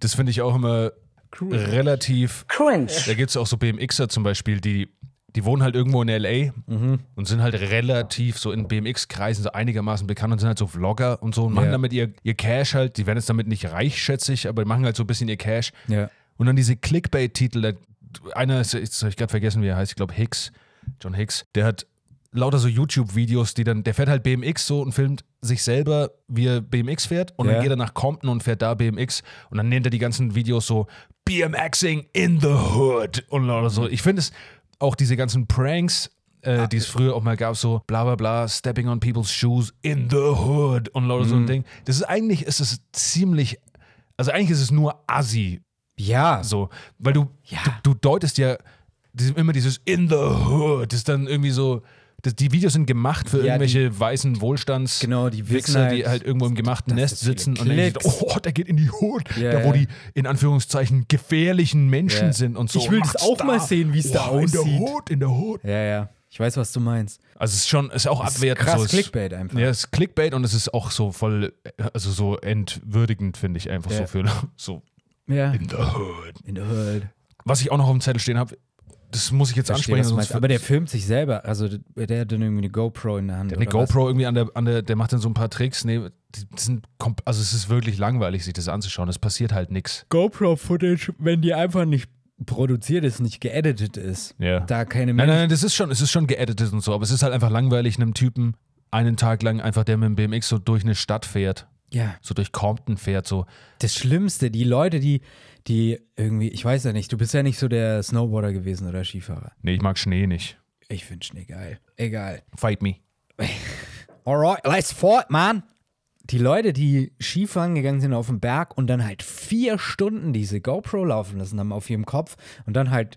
Speaker 5: Das finde ich auch immer relativ
Speaker 6: Cringe.
Speaker 5: Da gibt es auch so BMXer zum Beispiel, die, die wohnen halt irgendwo in L.A.
Speaker 4: Mhm.
Speaker 5: und sind halt relativ so in BMX-Kreisen so einigermaßen bekannt und sind halt so Vlogger und so und machen
Speaker 4: Ja.
Speaker 5: damit ihr, ihr Cash halt. Die werden jetzt damit nicht reich, schätze ich, aber die machen halt so ein bisschen ihr Cash.
Speaker 4: Ja.
Speaker 5: Und dann diese Clickbait-Titel, da- einer ist, jetzt habe ich gerade vergessen, wie er heißt, ich glaube Hicks, John Hicks, der hat lauter so YouTube-Videos, die dann, der fährt halt BMX so und filmt sich selber, wie er BMX fährt und
Speaker 4: Ja.
Speaker 5: dann geht er nach Compton und fährt da BMX und dann nennt er die ganzen Videos so BMXing in the Hood und lauter so. Ich finde es auch diese ganzen Pranks, äh, die es früher auch mal gab, so bla bla bla, stepping on people's shoes in the Hood und lauter so ein Ding. Das ist eigentlich, ist es ziemlich, also eigentlich ist es nur Assi,
Speaker 4: <laughs> Ja,
Speaker 5: so, weil du, du, du deutest ja diese- immer dieses in the hood, das ist dann irgendwie so. Das, die Videos sind gemacht für
Speaker 4: Ja,
Speaker 5: irgendwelche weißen Wohlstands
Speaker 4: Genau, die wissen
Speaker 5: Wichser, die
Speaker 4: halt,
Speaker 5: halt irgendwo im gemachten
Speaker 4: dass
Speaker 5: Nest
Speaker 4: das viele
Speaker 5: sitzen und denken,
Speaker 4: Klicks.
Speaker 5: sich, oh, der geht in die Hood,
Speaker 4: Ja,
Speaker 5: da wo
Speaker 4: ja.
Speaker 5: die in Anführungszeichen gefährlichen Menschen
Speaker 4: Ja.
Speaker 5: sind und so.
Speaker 4: Ich will
Speaker 5: und
Speaker 4: das
Speaker 5: macht's
Speaker 4: auch mal sehen, wie's da
Speaker 5: In der
Speaker 4: aussieht.
Speaker 5: Hood, in der Hood.
Speaker 4: Ja, ja. Ich weiß, was du meinst.
Speaker 5: Also es ist schon, ist auch
Speaker 4: Das ist
Speaker 5: abwertend.
Speaker 4: krass
Speaker 5: so es-
Speaker 4: Clickbait einfach.
Speaker 5: Ja, es ist Clickbait und es ist auch so voll, also so entwürdigend, finde ich einfach
Speaker 4: Ja.
Speaker 5: so für <laughs> so
Speaker 4: Ja.
Speaker 5: in the hood.
Speaker 4: In der Hölle.
Speaker 5: Was ich auch noch auf dem Zettel stehen habe, das muss ich jetzt
Speaker 4: Verstehe,
Speaker 5: ansprechen.
Speaker 4: was du meinst.
Speaker 5: sonst
Speaker 4: Aber der
Speaker 5: wird-
Speaker 4: filmt sich selber. Also der der hat dann irgendwie eine GoPro in der Hand.
Speaker 5: eine
Speaker 4: oder was?
Speaker 5: GoPro irgendwie an der, an der, der macht dann so ein paar Tricks. Nee, die sind, kom- also es ist wirklich langweilig, sich das anzuschauen. Es passiert halt nichts.
Speaker 4: GoPro-Footage, wenn die einfach nicht produziert ist, nicht geeditet ist.
Speaker 5: Ja.
Speaker 4: Da keine
Speaker 5: Nein,
Speaker 4: Menschen-
Speaker 5: nein, nein, das ist schon, es ist schon geeditet und so, aber es ist halt einfach langweilig, einem Typen einen Tag lang einfach, der mit dem BMX so durch eine Stadt fährt,
Speaker 4: Ja.
Speaker 5: so durch Compton fährt, so.
Speaker 4: Das Schlimmste, die Leute, die, die irgendwie, ich weiß ja nicht, du bist ja nicht so der Snowboarder gewesen oder Skifahrer.
Speaker 5: Nee, ich mag Schnee nicht.
Speaker 4: Ich finde Schnee geil. Egal.
Speaker 5: Fight me.
Speaker 4: Alright, let's fort, man. Die Leute, die Skifahren gegangen sind auf den Berg und dann halt vier Stunden diese GoPro laufen lassen haben auf ihrem Kopf und dann halt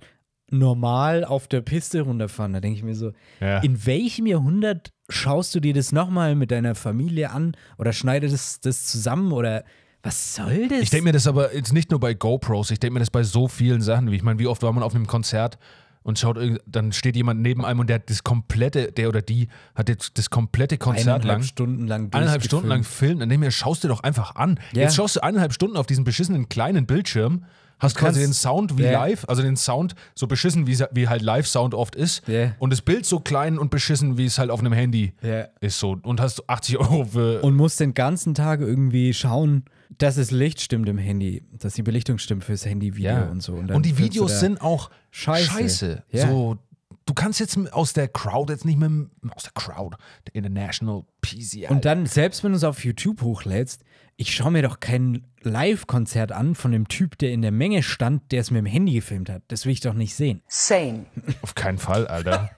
Speaker 4: normal auf der Piste runterfahren, da denke ich mir so,
Speaker 5: Ja.
Speaker 4: in welchem Jahrhundert schaust du dir das nochmal mit deiner Familie an oder schneidest das zusammen oder was soll das?
Speaker 5: Ich denke mir das aber jetzt nicht nur bei GoPros, ich denke mir das bei so vielen Sachen. Wie ich meine, wie oft war man auf einem Konzert und schaut, irgend- dann steht jemand neben einem und der hat das komplette, der oder die hat jetzt das komplette Konzert
Speaker 4: eineinhalb
Speaker 5: lang.
Speaker 4: Stunden lang
Speaker 5: Eineinhalb Stunden lang
Speaker 4: durchgefilmt.
Speaker 5: filmen, dann denke ich mir, schaust dir doch einfach an.
Speaker 4: Ja.
Speaker 5: Jetzt schaust du eineinhalb Stunden auf diesen beschissenen kleinen Bildschirm, hast
Speaker 4: kannst-
Speaker 5: quasi den Sound wie
Speaker 4: Ja.
Speaker 5: live, also den Sound so beschissen, wie, es- wie halt Live-Sound oft ist,
Speaker 4: Ja.
Speaker 5: und das Bild so klein und beschissen, wie es halt auf einem Handy
Speaker 4: Ja.
Speaker 5: ist so. Und hast 80 Euro für.
Speaker 4: und muss den ganzen Tag irgendwie schauen, dass das Licht stimmt im Handy, dass die Belichtung stimmt fürs Handyvideo und so. dann
Speaker 5: und die
Speaker 4: sitzt du
Speaker 5: Videos
Speaker 4: da.
Speaker 5: sind auch
Speaker 4: Scheiße.
Speaker 5: scheiße.
Speaker 4: Ja.
Speaker 5: So, du kannst jetzt m- aus der Crowd jetzt nicht mehr m- aus der Crowd, der International PCI.
Speaker 4: Und dann, selbst wenn du es auf YouTube hochlädst, ich schaue mir doch kein Live-Konzert an von dem Typ, der in der Menge stand, der es mit dem Handy gefilmt hat. Das will ich doch nicht sehen.
Speaker 6: Same.
Speaker 5: auf keinen Fall, Alter.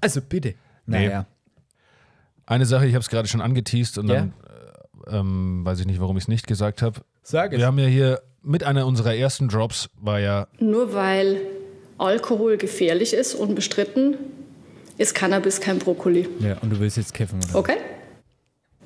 Speaker 4: Also bitte.
Speaker 5: Nee.
Speaker 4: Naja.
Speaker 5: <laughs> Eine Sache, ich habe es gerade schon angeteased und
Speaker 4: Ja.
Speaker 5: dann äh, ähm, weiß ich nicht, warum ich es nicht gesagt habe.
Speaker 4: Sag
Speaker 5: Wir haben ja hier mit einer unserer ersten Drops war ja
Speaker 11: Nur weil Alkohol gefährlich ist, unbestritten, ist Cannabis kein Brokkoli.
Speaker 4: Ja, und du willst jetzt kiffen, oder?
Speaker 11: Okay?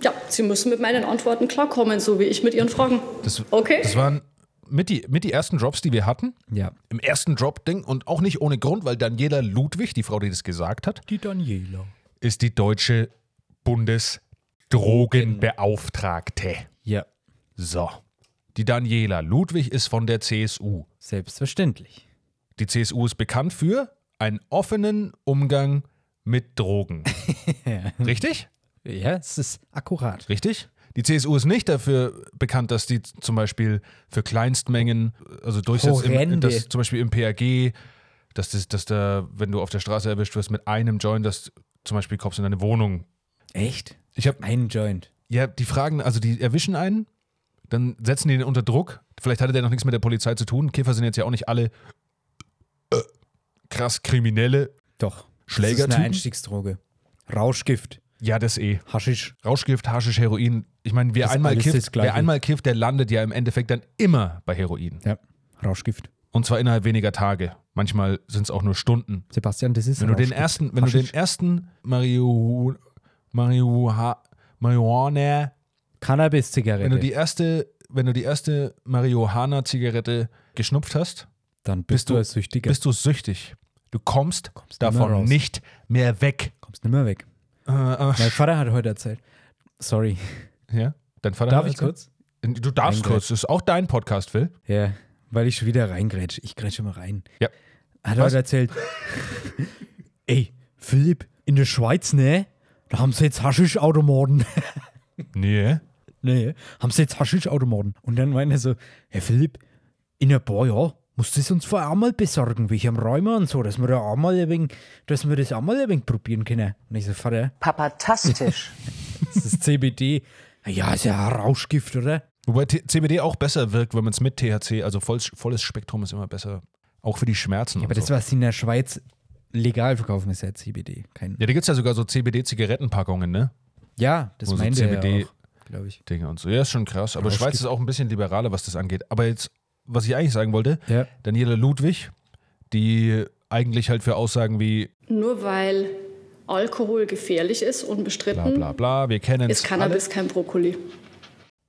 Speaker 11: Ja, Sie müssen mit meinen Antworten klarkommen, so wie ich mit Ihren Fragen.
Speaker 5: das,
Speaker 11: Okay.
Speaker 5: das waren mit die, mit die ersten Drops, die wir hatten.
Speaker 4: Ja.
Speaker 5: Im ersten Drop-Ding und auch nicht ohne Grund, weil Daniela Ludwig, die Frau, die das gesagt hat,
Speaker 4: Die Daniela.
Speaker 5: ist die deutsche Bundesdrogenbeauftragte.
Speaker 4: Ja,
Speaker 5: So. Die Daniela Ludwig ist von der CSU.
Speaker 4: selbstverständlich.
Speaker 5: Die CSU ist bekannt für einen offenen Umgang mit Drogen. Richtig?
Speaker 4: Ja, es ist akkurat.
Speaker 5: Richtig? Die CSU ist nicht dafür bekannt, dass die zum Beispiel für Kleinstmengen, also durchsetzt, im,
Speaker 4: Horrende.
Speaker 5: dass zum Beispiel im PRG, dass, das, dass da, wenn du auf der Straße erwischt wirst mit einem Joint, dass zum Beispiel kommst du in deine Wohnung.
Speaker 4: Echt?
Speaker 5: Ich habe
Speaker 4: Ein Joint.
Speaker 5: Ja, die fragen, also die erwischen einen, dann setzen die den unter Druck. Vielleicht hatte der noch nichts mit der Polizei zu tun. Käfer sind jetzt ja auch nicht alle äh, krass Kriminelle.
Speaker 4: Doch. Das ist eine
Speaker 5: Schlägertypen?
Speaker 4: Einstiegsdroge. Rauschgift.
Speaker 5: Ja, das eh.
Speaker 4: Haschisch.
Speaker 5: Rauschgift, Haschisch, Heroin. Ich meine, wer
Speaker 4: Das ist
Speaker 5: einmal
Speaker 4: alles das
Speaker 5: kifft,
Speaker 4: Gleiche.
Speaker 5: wer einmal kifft, der landet ja im Endeffekt dann immer bei Heroin.
Speaker 4: Ja. Rauschgift.
Speaker 5: Und zwar innerhalb weniger Tage. Manchmal sind es auch nur Stunden.
Speaker 4: Sebastian, das ist
Speaker 5: Wenn du den
Speaker 4: Rauschgift.
Speaker 5: ersten, wenn du den
Speaker 4: Haschisch.
Speaker 5: ersten Mario, Mario, Marihuana Wenn du
Speaker 4: Cannabis-Zigarette,
Speaker 5: die erste, wenn du die erste Marihuana-Zigarette geschnupft hast,
Speaker 4: dann bist,
Speaker 5: bist
Speaker 4: du
Speaker 5: du-
Speaker 4: als Süchtiger.
Speaker 5: bist du süchtig. Du kommst,
Speaker 4: nimmer
Speaker 5: davon
Speaker 4: raus.
Speaker 5: nicht mehr weg.
Speaker 4: kommst nicht mehr weg.
Speaker 5: Äh, äh,
Speaker 4: Mein Vater hat heute erzählt. Sorry.
Speaker 5: ja? Dein Vater
Speaker 4: Darf
Speaker 5: hat
Speaker 4: ich
Speaker 5: erzählt?
Speaker 4: kurz?
Speaker 5: Du darfst
Speaker 4: Nein,
Speaker 5: kurz. Das ist auch dein Podcast, Phil.
Speaker 4: Ja, weil ich schon wieder reingrätsche. Ich grätsche mal rein.
Speaker 5: Ja.
Speaker 4: Hat
Speaker 5: Was?
Speaker 4: heute erzählt. <laughs> Ey, Philipp, in der Schweiz, ne? Da haben sie jetzt Haschischautomaten. <laughs>
Speaker 5: Nee.
Speaker 4: nee, haben sie jetzt Haschischautomaten. Und dann meinte er so, Herr Philipp, in ein paar Jahren musst du es uns vorher einmal besorgen, wie ich am Räumer und so, dass wir da einmal ein wenig, dass wir das einmal ein wenig probieren können. Und ich so, Vater,
Speaker 6: Papatastisch.
Speaker 4: das ist CBD. <laughs> Ja, ist ja ein Rauschgift, oder?
Speaker 5: Wobei T CBD auch besser wirkt, wenn man es mit THC, also voll, volles Spektrum ist immer besser. Auch für die Schmerzen.
Speaker 4: Aber
Speaker 5: und
Speaker 4: das,
Speaker 5: so.
Speaker 4: was sie in der Schweiz legal verkaufen, ist ja CBD. Kein,
Speaker 5: Ja, da gibt es ja sogar so CBD-Zigarettenpackungen, ne?
Speaker 4: ja, das
Speaker 5: Wo so
Speaker 4: meinte
Speaker 5: CBD
Speaker 4: er auch, glaube ich.
Speaker 5: Dinge und so. Ja, ist schon krass. Aber
Speaker 4: Rauschgift.
Speaker 5: Schweiz ist auch ein bisschen liberaler, was das angeht. Aber jetzt, was ich eigentlich sagen wollte,
Speaker 4: Ja.
Speaker 5: Daniela Ludwig, die eigentlich halt für Aussagen wie
Speaker 11: Nur weil Alkohol gefährlich ist, unbestritten,
Speaker 5: bla bla bla, wir kennen
Speaker 11: ist
Speaker 5: es,
Speaker 11: Cannabis kein Brokkoli.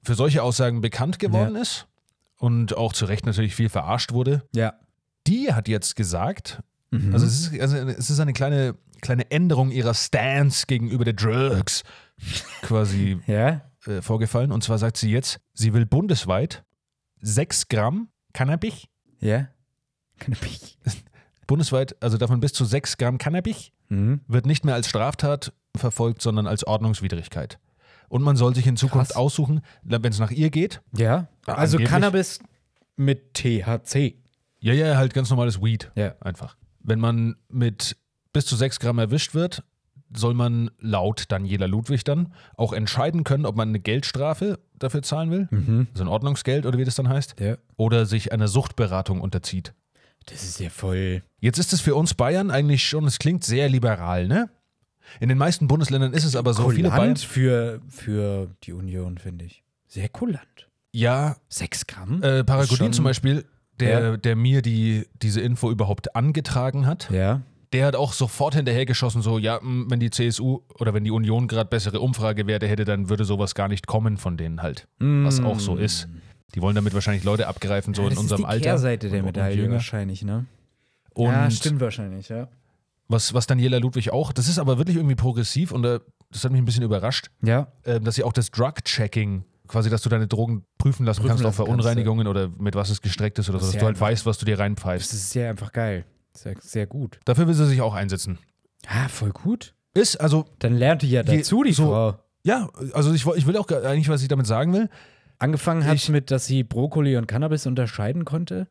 Speaker 5: für solche Aussagen bekannt geworden ist und auch zu Recht natürlich viel verarscht wurde.
Speaker 4: Ja.
Speaker 5: Die hat jetzt gesagt,
Speaker 4: Mhm.
Speaker 5: Also, es ist, also es ist eine kleine, kleine Änderung ihrer Stance gegenüber der
Speaker 4: <laughs>
Speaker 5: Drugs quasi
Speaker 4: Ja?
Speaker 5: äh, vorgefallen. Und zwar sagt sie jetzt, sie will bundesweit 6 Gramm Cannabis.
Speaker 4: Ja? Cannabis.
Speaker 5: Bundesweit, also davon bis zu 6 Gramm Cannabis,
Speaker 4: Mhm.
Speaker 5: wird nicht mehr als Straftat verfolgt, sondern als Ordnungswidrigkeit. Und man soll sich in Zukunft
Speaker 4: Krass.
Speaker 5: aussuchen, wenn es nach ihr geht,
Speaker 4: Ja?
Speaker 5: Ja,
Speaker 4: Also
Speaker 5: angeblich-
Speaker 4: Cannabis mit THC.
Speaker 5: Ja, ja, halt ganz normales Weed.
Speaker 4: Ja.
Speaker 5: Einfach. Wenn man mit bis zu 6 Gramm erwischt wird, soll man laut Daniela Ludwig dann auch entscheiden können, ob man eine Geldstrafe dafür zahlen will,
Speaker 4: Mhm.
Speaker 5: also ein Ordnungsgeld oder wie das dann heißt,
Speaker 4: Ja.
Speaker 5: oder sich einer Suchtberatung unterzieht.
Speaker 4: Das ist ja voll.
Speaker 5: Jetzt ist es für uns Bayern eigentlich schon, es klingt sehr liberal, ne? In den meisten Bundesländern ist es aber so, viele Bayern.
Speaker 4: kulant für, für die Union, finde ich. Sehr kulant.
Speaker 5: Ja,
Speaker 4: Sechs Gramm?
Speaker 5: äh, Paragodin
Speaker 4: Schon-
Speaker 5: zum Beispiel, der,
Speaker 4: Ja.
Speaker 5: der mir die, diese Info überhaupt angetragen hat.
Speaker 4: Ja.
Speaker 5: der hat auch sofort hinterhergeschossen, so, ja, mh, wenn die CSU oder wenn die Union gerade bessere Umfragewerte hätte, dann würde sowas gar nicht kommen von denen halt. Was auch so ist. Die wollen damit wahrscheinlich Leute abgreifen, so
Speaker 4: Mm. Ja,
Speaker 5: in
Speaker 4: das
Speaker 5: unserem
Speaker 4: ist die
Speaker 5: Alter.
Speaker 4: Kehrseite der
Speaker 5: und- und
Speaker 4: Medaille
Speaker 5: jünger.
Speaker 4: wahrscheinlich, ne?
Speaker 5: Und
Speaker 4: ja, stimmt wahrscheinlich, ja.
Speaker 5: was, was Daniela Ludwig auch, das ist aber wirklich irgendwie progressiv und äh, das hat mich ein bisschen überrascht,
Speaker 4: Ja.
Speaker 5: äh, dass sie auch das Drug-Checking, quasi, dass du deine Drogen prüfen lassen
Speaker 4: Prüfen
Speaker 5: kannst auf
Speaker 4: lassen kannst,
Speaker 5: Verunreinigungen oder mit was es gestreckt ist oder so,
Speaker 4: Das ist
Speaker 5: dass
Speaker 4: ja
Speaker 5: du halt
Speaker 4: einfach-
Speaker 5: weißt, was du dir
Speaker 4: Das
Speaker 5: reinpfeifst.
Speaker 4: ist sehr einfach geil. Sehr, sehr gut.
Speaker 5: Dafür will sie sich auch einsetzen.
Speaker 4: Ah, voll gut.
Speaker 5: Ist, also,
Speaker 4: Dann lernt die ja
Speaker 5: Je-
Speaker 4: dazu, die
Speaker 5: so-
Speaker 4: Frau.
Speaker 5: ja, also ich, wo- ich will auch gar- eigentlich, was ich damit sagen will,
Speaker 4: Angefangen hat es mit, dass sie Brokkoli und Cannabis unterscheiden konnte.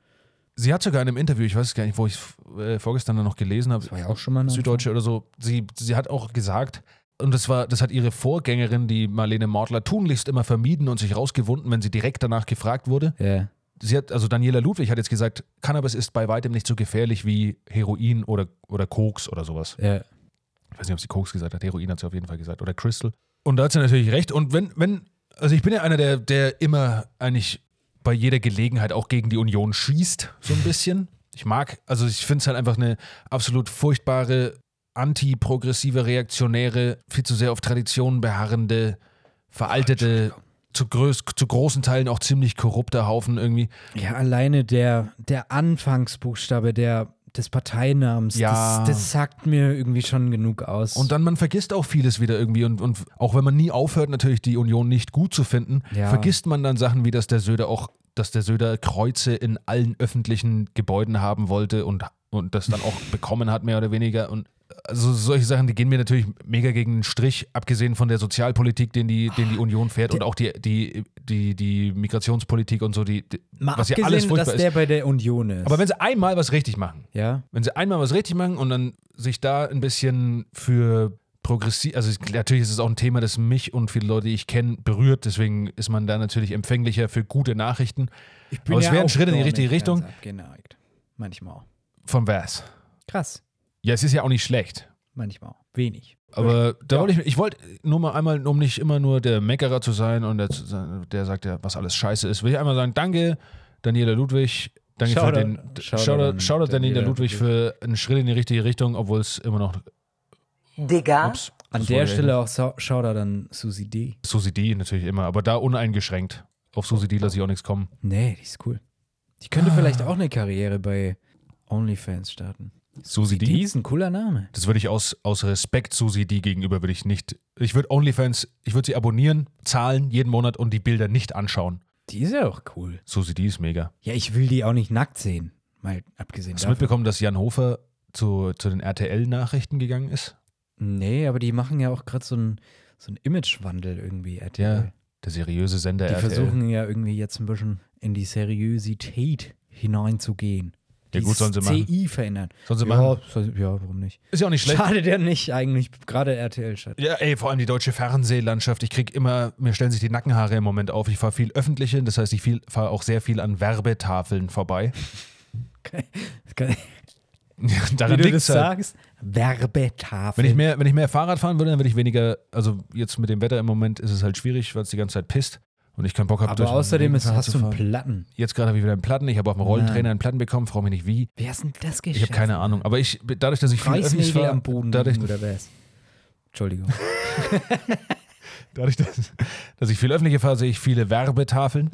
Speaker 5: Sie hat sogar in einem Interview, ich weiß es gar nicht, wo ich es äh, vorgestern dann noch gelesen habe,
Speaker 4: Das war ja auch schon mal eine
Speaker 5: Süddeutsche oder so, sie, sie hat auch gesagt, und das war, das hat ihre Vorgängerin, die Marlene Mortler, tunlichst immer vermieden und sich rausgewunden, wenn sie direkt danach gefragt wurde.
Speaker 4: Ja.
Speaker 5: Sie hat, also Daniela Ludwig hat jetzt gesagt, Cannabis ist bei weitem nicht so gefährlich wie Heroin oder, oder Koks oder sowas.
Speaker 4: Ja.
Speaker 5: Ich weiß nicht, ob sie Koks gesagt hat, Heroin hat sie auf jeden Fall gesagt oder Crystal. Und da hat sie natürlich recht. Und wenn, wenn, also ich bin ja einer, der, der immer eigentlich bei jeder Gelegenheit auch gegen die Union schießt, so ein bisschen. Ich mag, also ich finde es halt einfach eine absolut furchtbare, antiprogressive, reaktionäre, viel zu sehr auf Traditionen beharrende, veraltete, zu, größ, zu großen Teilen auch ziemlich korrupter Haufen irgendwie.
Speaker 4: Ja, alleine der, der Anfangsbuchstabe der, des Parteinamens,
Speaker 5: Ja.
Speaker 4: das, das sagt mir irgendwie schon genug aus.
Speaker 5: Und dann, man vergisst auch vieles wieder irgendwie. Und, und auch wenn man nie aufhört, natürlich die Union nicht gut zu finden,
Speaker 4: Ja.
Speaker 5: vergisst man dann Sachen wie, dass der Söder auch, dass der Söder Kreuze in allen öffentlichen Gebäuden haben wollte und, und das
Speaker 4: <laughs>
Speaker 5: dann auch bekommen hat, mehr oder weniger. Und also solche Sachen, die gehen mir natürlich mega gegen den Strich, abgesehen von der Sozialpolitik, den die, den die Union fährt und auch die, die, die, die Migrationspolitik und so, die, die
Speaker 4: mal
Speaker 5: was ja
Speaker 4: abgesehen,
Speaker 5: alles
Speaker 4: dass
Speaker 5: furchtbar
Speaker 4: der
Speaker 5: ist.
Speaker 4: bei der Union ist.
Speaker 5: Aber wenn sie einmal was richtig machen,
Speaker 4: ja.
Speaker 5: wenn sie einmal was richtig machen und dann sich da ein bisschen für progressiv, also es- natürlich ist es auch ein Thema, das mich und viele Leute, die ich kenne, berührt. Deswegen ist man da natürlich empfänglicher für gute Nachrichten.
Speaker 4: Ich
Speaker 5: Aber es wäre ein
Speaker 4: auch
Speaker 5: Schritt in die
Speaker 4: gar
Speaker 5: richtige
Speaker 4: nicht
Speaker 5: Richtung.
Speaker 4: ganz Abgeneigt. genau, Manchmal.
Speaker 5: Von was?
Speaker 4: Krass.
Speaker 5: Ja, es ist ja auch nicht schlecht.
Speaker 4: Manchmal. Wenig.
Speaker 5: Aber da wollte ich, ich wollte nur mal einmal, um nicht immer nur der Meckerer zu sein und der, der sagt ja, was alles scheiße ist, will ich einmal sagen, danke, Daniela Ludwig. Danke für
Speaker 4: Shoutout.
Speaker 5: den
Speaker 4: Shoutout
Speaker 5: Shoutout,
Speaker 4: an
Speaker 5: Shoutout Daniela
Speaker 4: Daniela
Speaker 5: Ludwig für einen Schritt in die richtige Richtung, obwohl es immer noch.
Speaker 6: Digga,
Speaker 5: Ups,
Speaker 4: Ah, An
Speaker 5: das
Speaker 4: der
Speaker 5: wollte ich
Speaker 4: Stelle auch Sau- Shoutout an Susi D.
Speaker 5: Susi D natürlich immer, aber da uneingeschränkt. Auf Susi D lasse ich auch nichts kommen.
Speaker 4: Nee, die ist cool. Die
Speaker 5: Ah.
Speaker 4: könnte vielleicht auch eine Karriere bei OnlyFans starten.
Speaker 5: Susi
Speaker 4: Die
Speaker 5: D?
Speaker 4: ist ein cooler Name.
Speaker 5: Das würde ich aus, aus Respekt Susi D gegenüber, würde ich nicht. Ich würde OnlyFans, ich würde sie abonnieren, zahlen jeden Monat und die Bilder nicht anschauen.
Speaker 4: Die ist ja auch cool.
Speaker 5: Susi D ist mega.
Speaker 4: Ja, ich will die auch nicht nackt sehen. Mal abgesehen
Speaker 5: Hast du
Speaker 4: davon.
Speaker 5: mitbekommen, dass Jan Hofer zu, zu den RTL-Nachrichten gegangen ist?
Speaker 4: Nee, aber die machen ja auch gerade so einen so einen Imagewandel irgendwie. RTL.
Speaker 5: Ja. Der seriöse Sender
Speaker 4: die
Speaker 5: RTL.
Speaker 4: versuchen ja irgendwie jetzt ein bisschen in die Seriosität hineinzugehen.
Speaker 5: Ja, gut,
Speaker 4: Dieses
Speaker 5: sollen sie machen.
Speaker 4: CI verändern.
Speaker 5: Sollen sie
Speaker 4: ja,
Speaker 5: machen.
Speaker 4: soll- ja, warum nicht?
Speaker 5: Ist ja auch nicht schlecht.
Speaker 4: Schade der nicht eigentlich, gerade RTL <laughs> statt.
Speaker 5: Ja, ey, vor allem die deutsche Fernsehlandschaft. Ich krieg immer, mir stellen sich die Nackenhaare im Moment auf. Ich fahre viel öffentliche, das heißt, ich fahre auch sehr viel an Werbetafeln vorbei. <laughs>
Speaker 4: Wie
Speaker 5: Daran
Speaker 4: du
Speaker 5: liegt
Speaker 4: das
Speaker 5: es halt.
Speaker 4: sagst, Werbetafel.
Speaker 5: Wenn ich, mehr, wenn ich mehr Fahrrad fahren würde, dann würde ich weniger, also jetzt mit dem Wetter im Moment ist es halt schwierig, weil es die ganze Zeit pisst und ich keinen Bock habe. durch
Speaker 4: aber
Speaker 5: mein
Speaker 4: außerdem
Speaker 5: Leben
Speaker 4: ist,
Speaker 5: Fahrrad
Speaker 4: hast
Speaker 5: zu
Speaker 4: du einen
Speaker 5: fahren.
Speaker 4: Platten.
Speaker 5: Jetzt gerade habe ich wieder einen Platten, ich habe auf dem Rollentrainer
Speaker 4: Nein.
Speaker 5: einen Platten bekommen, frage mich nicht wie.
Speaker 4: Wer ist denn das
Speaker 5: Ich
Speaker 4: geschafft?
Speaker 5: habe keine Ahnung, aber ich, dadurch, dass ich viel Öffis
Speaker 4: Reißnägel
Speaker 5: fahre,
Speaker 4: am Boden
Speaker 5: dadurch,
Speaker 4: liegen, oder wer ist? Entschuldigung.
Speaker 5: dadurch dass, dass ich viel öffentliche fahre, sehe ich viele
Speaker 4: Oh.
Speaker 5: Werbetafeln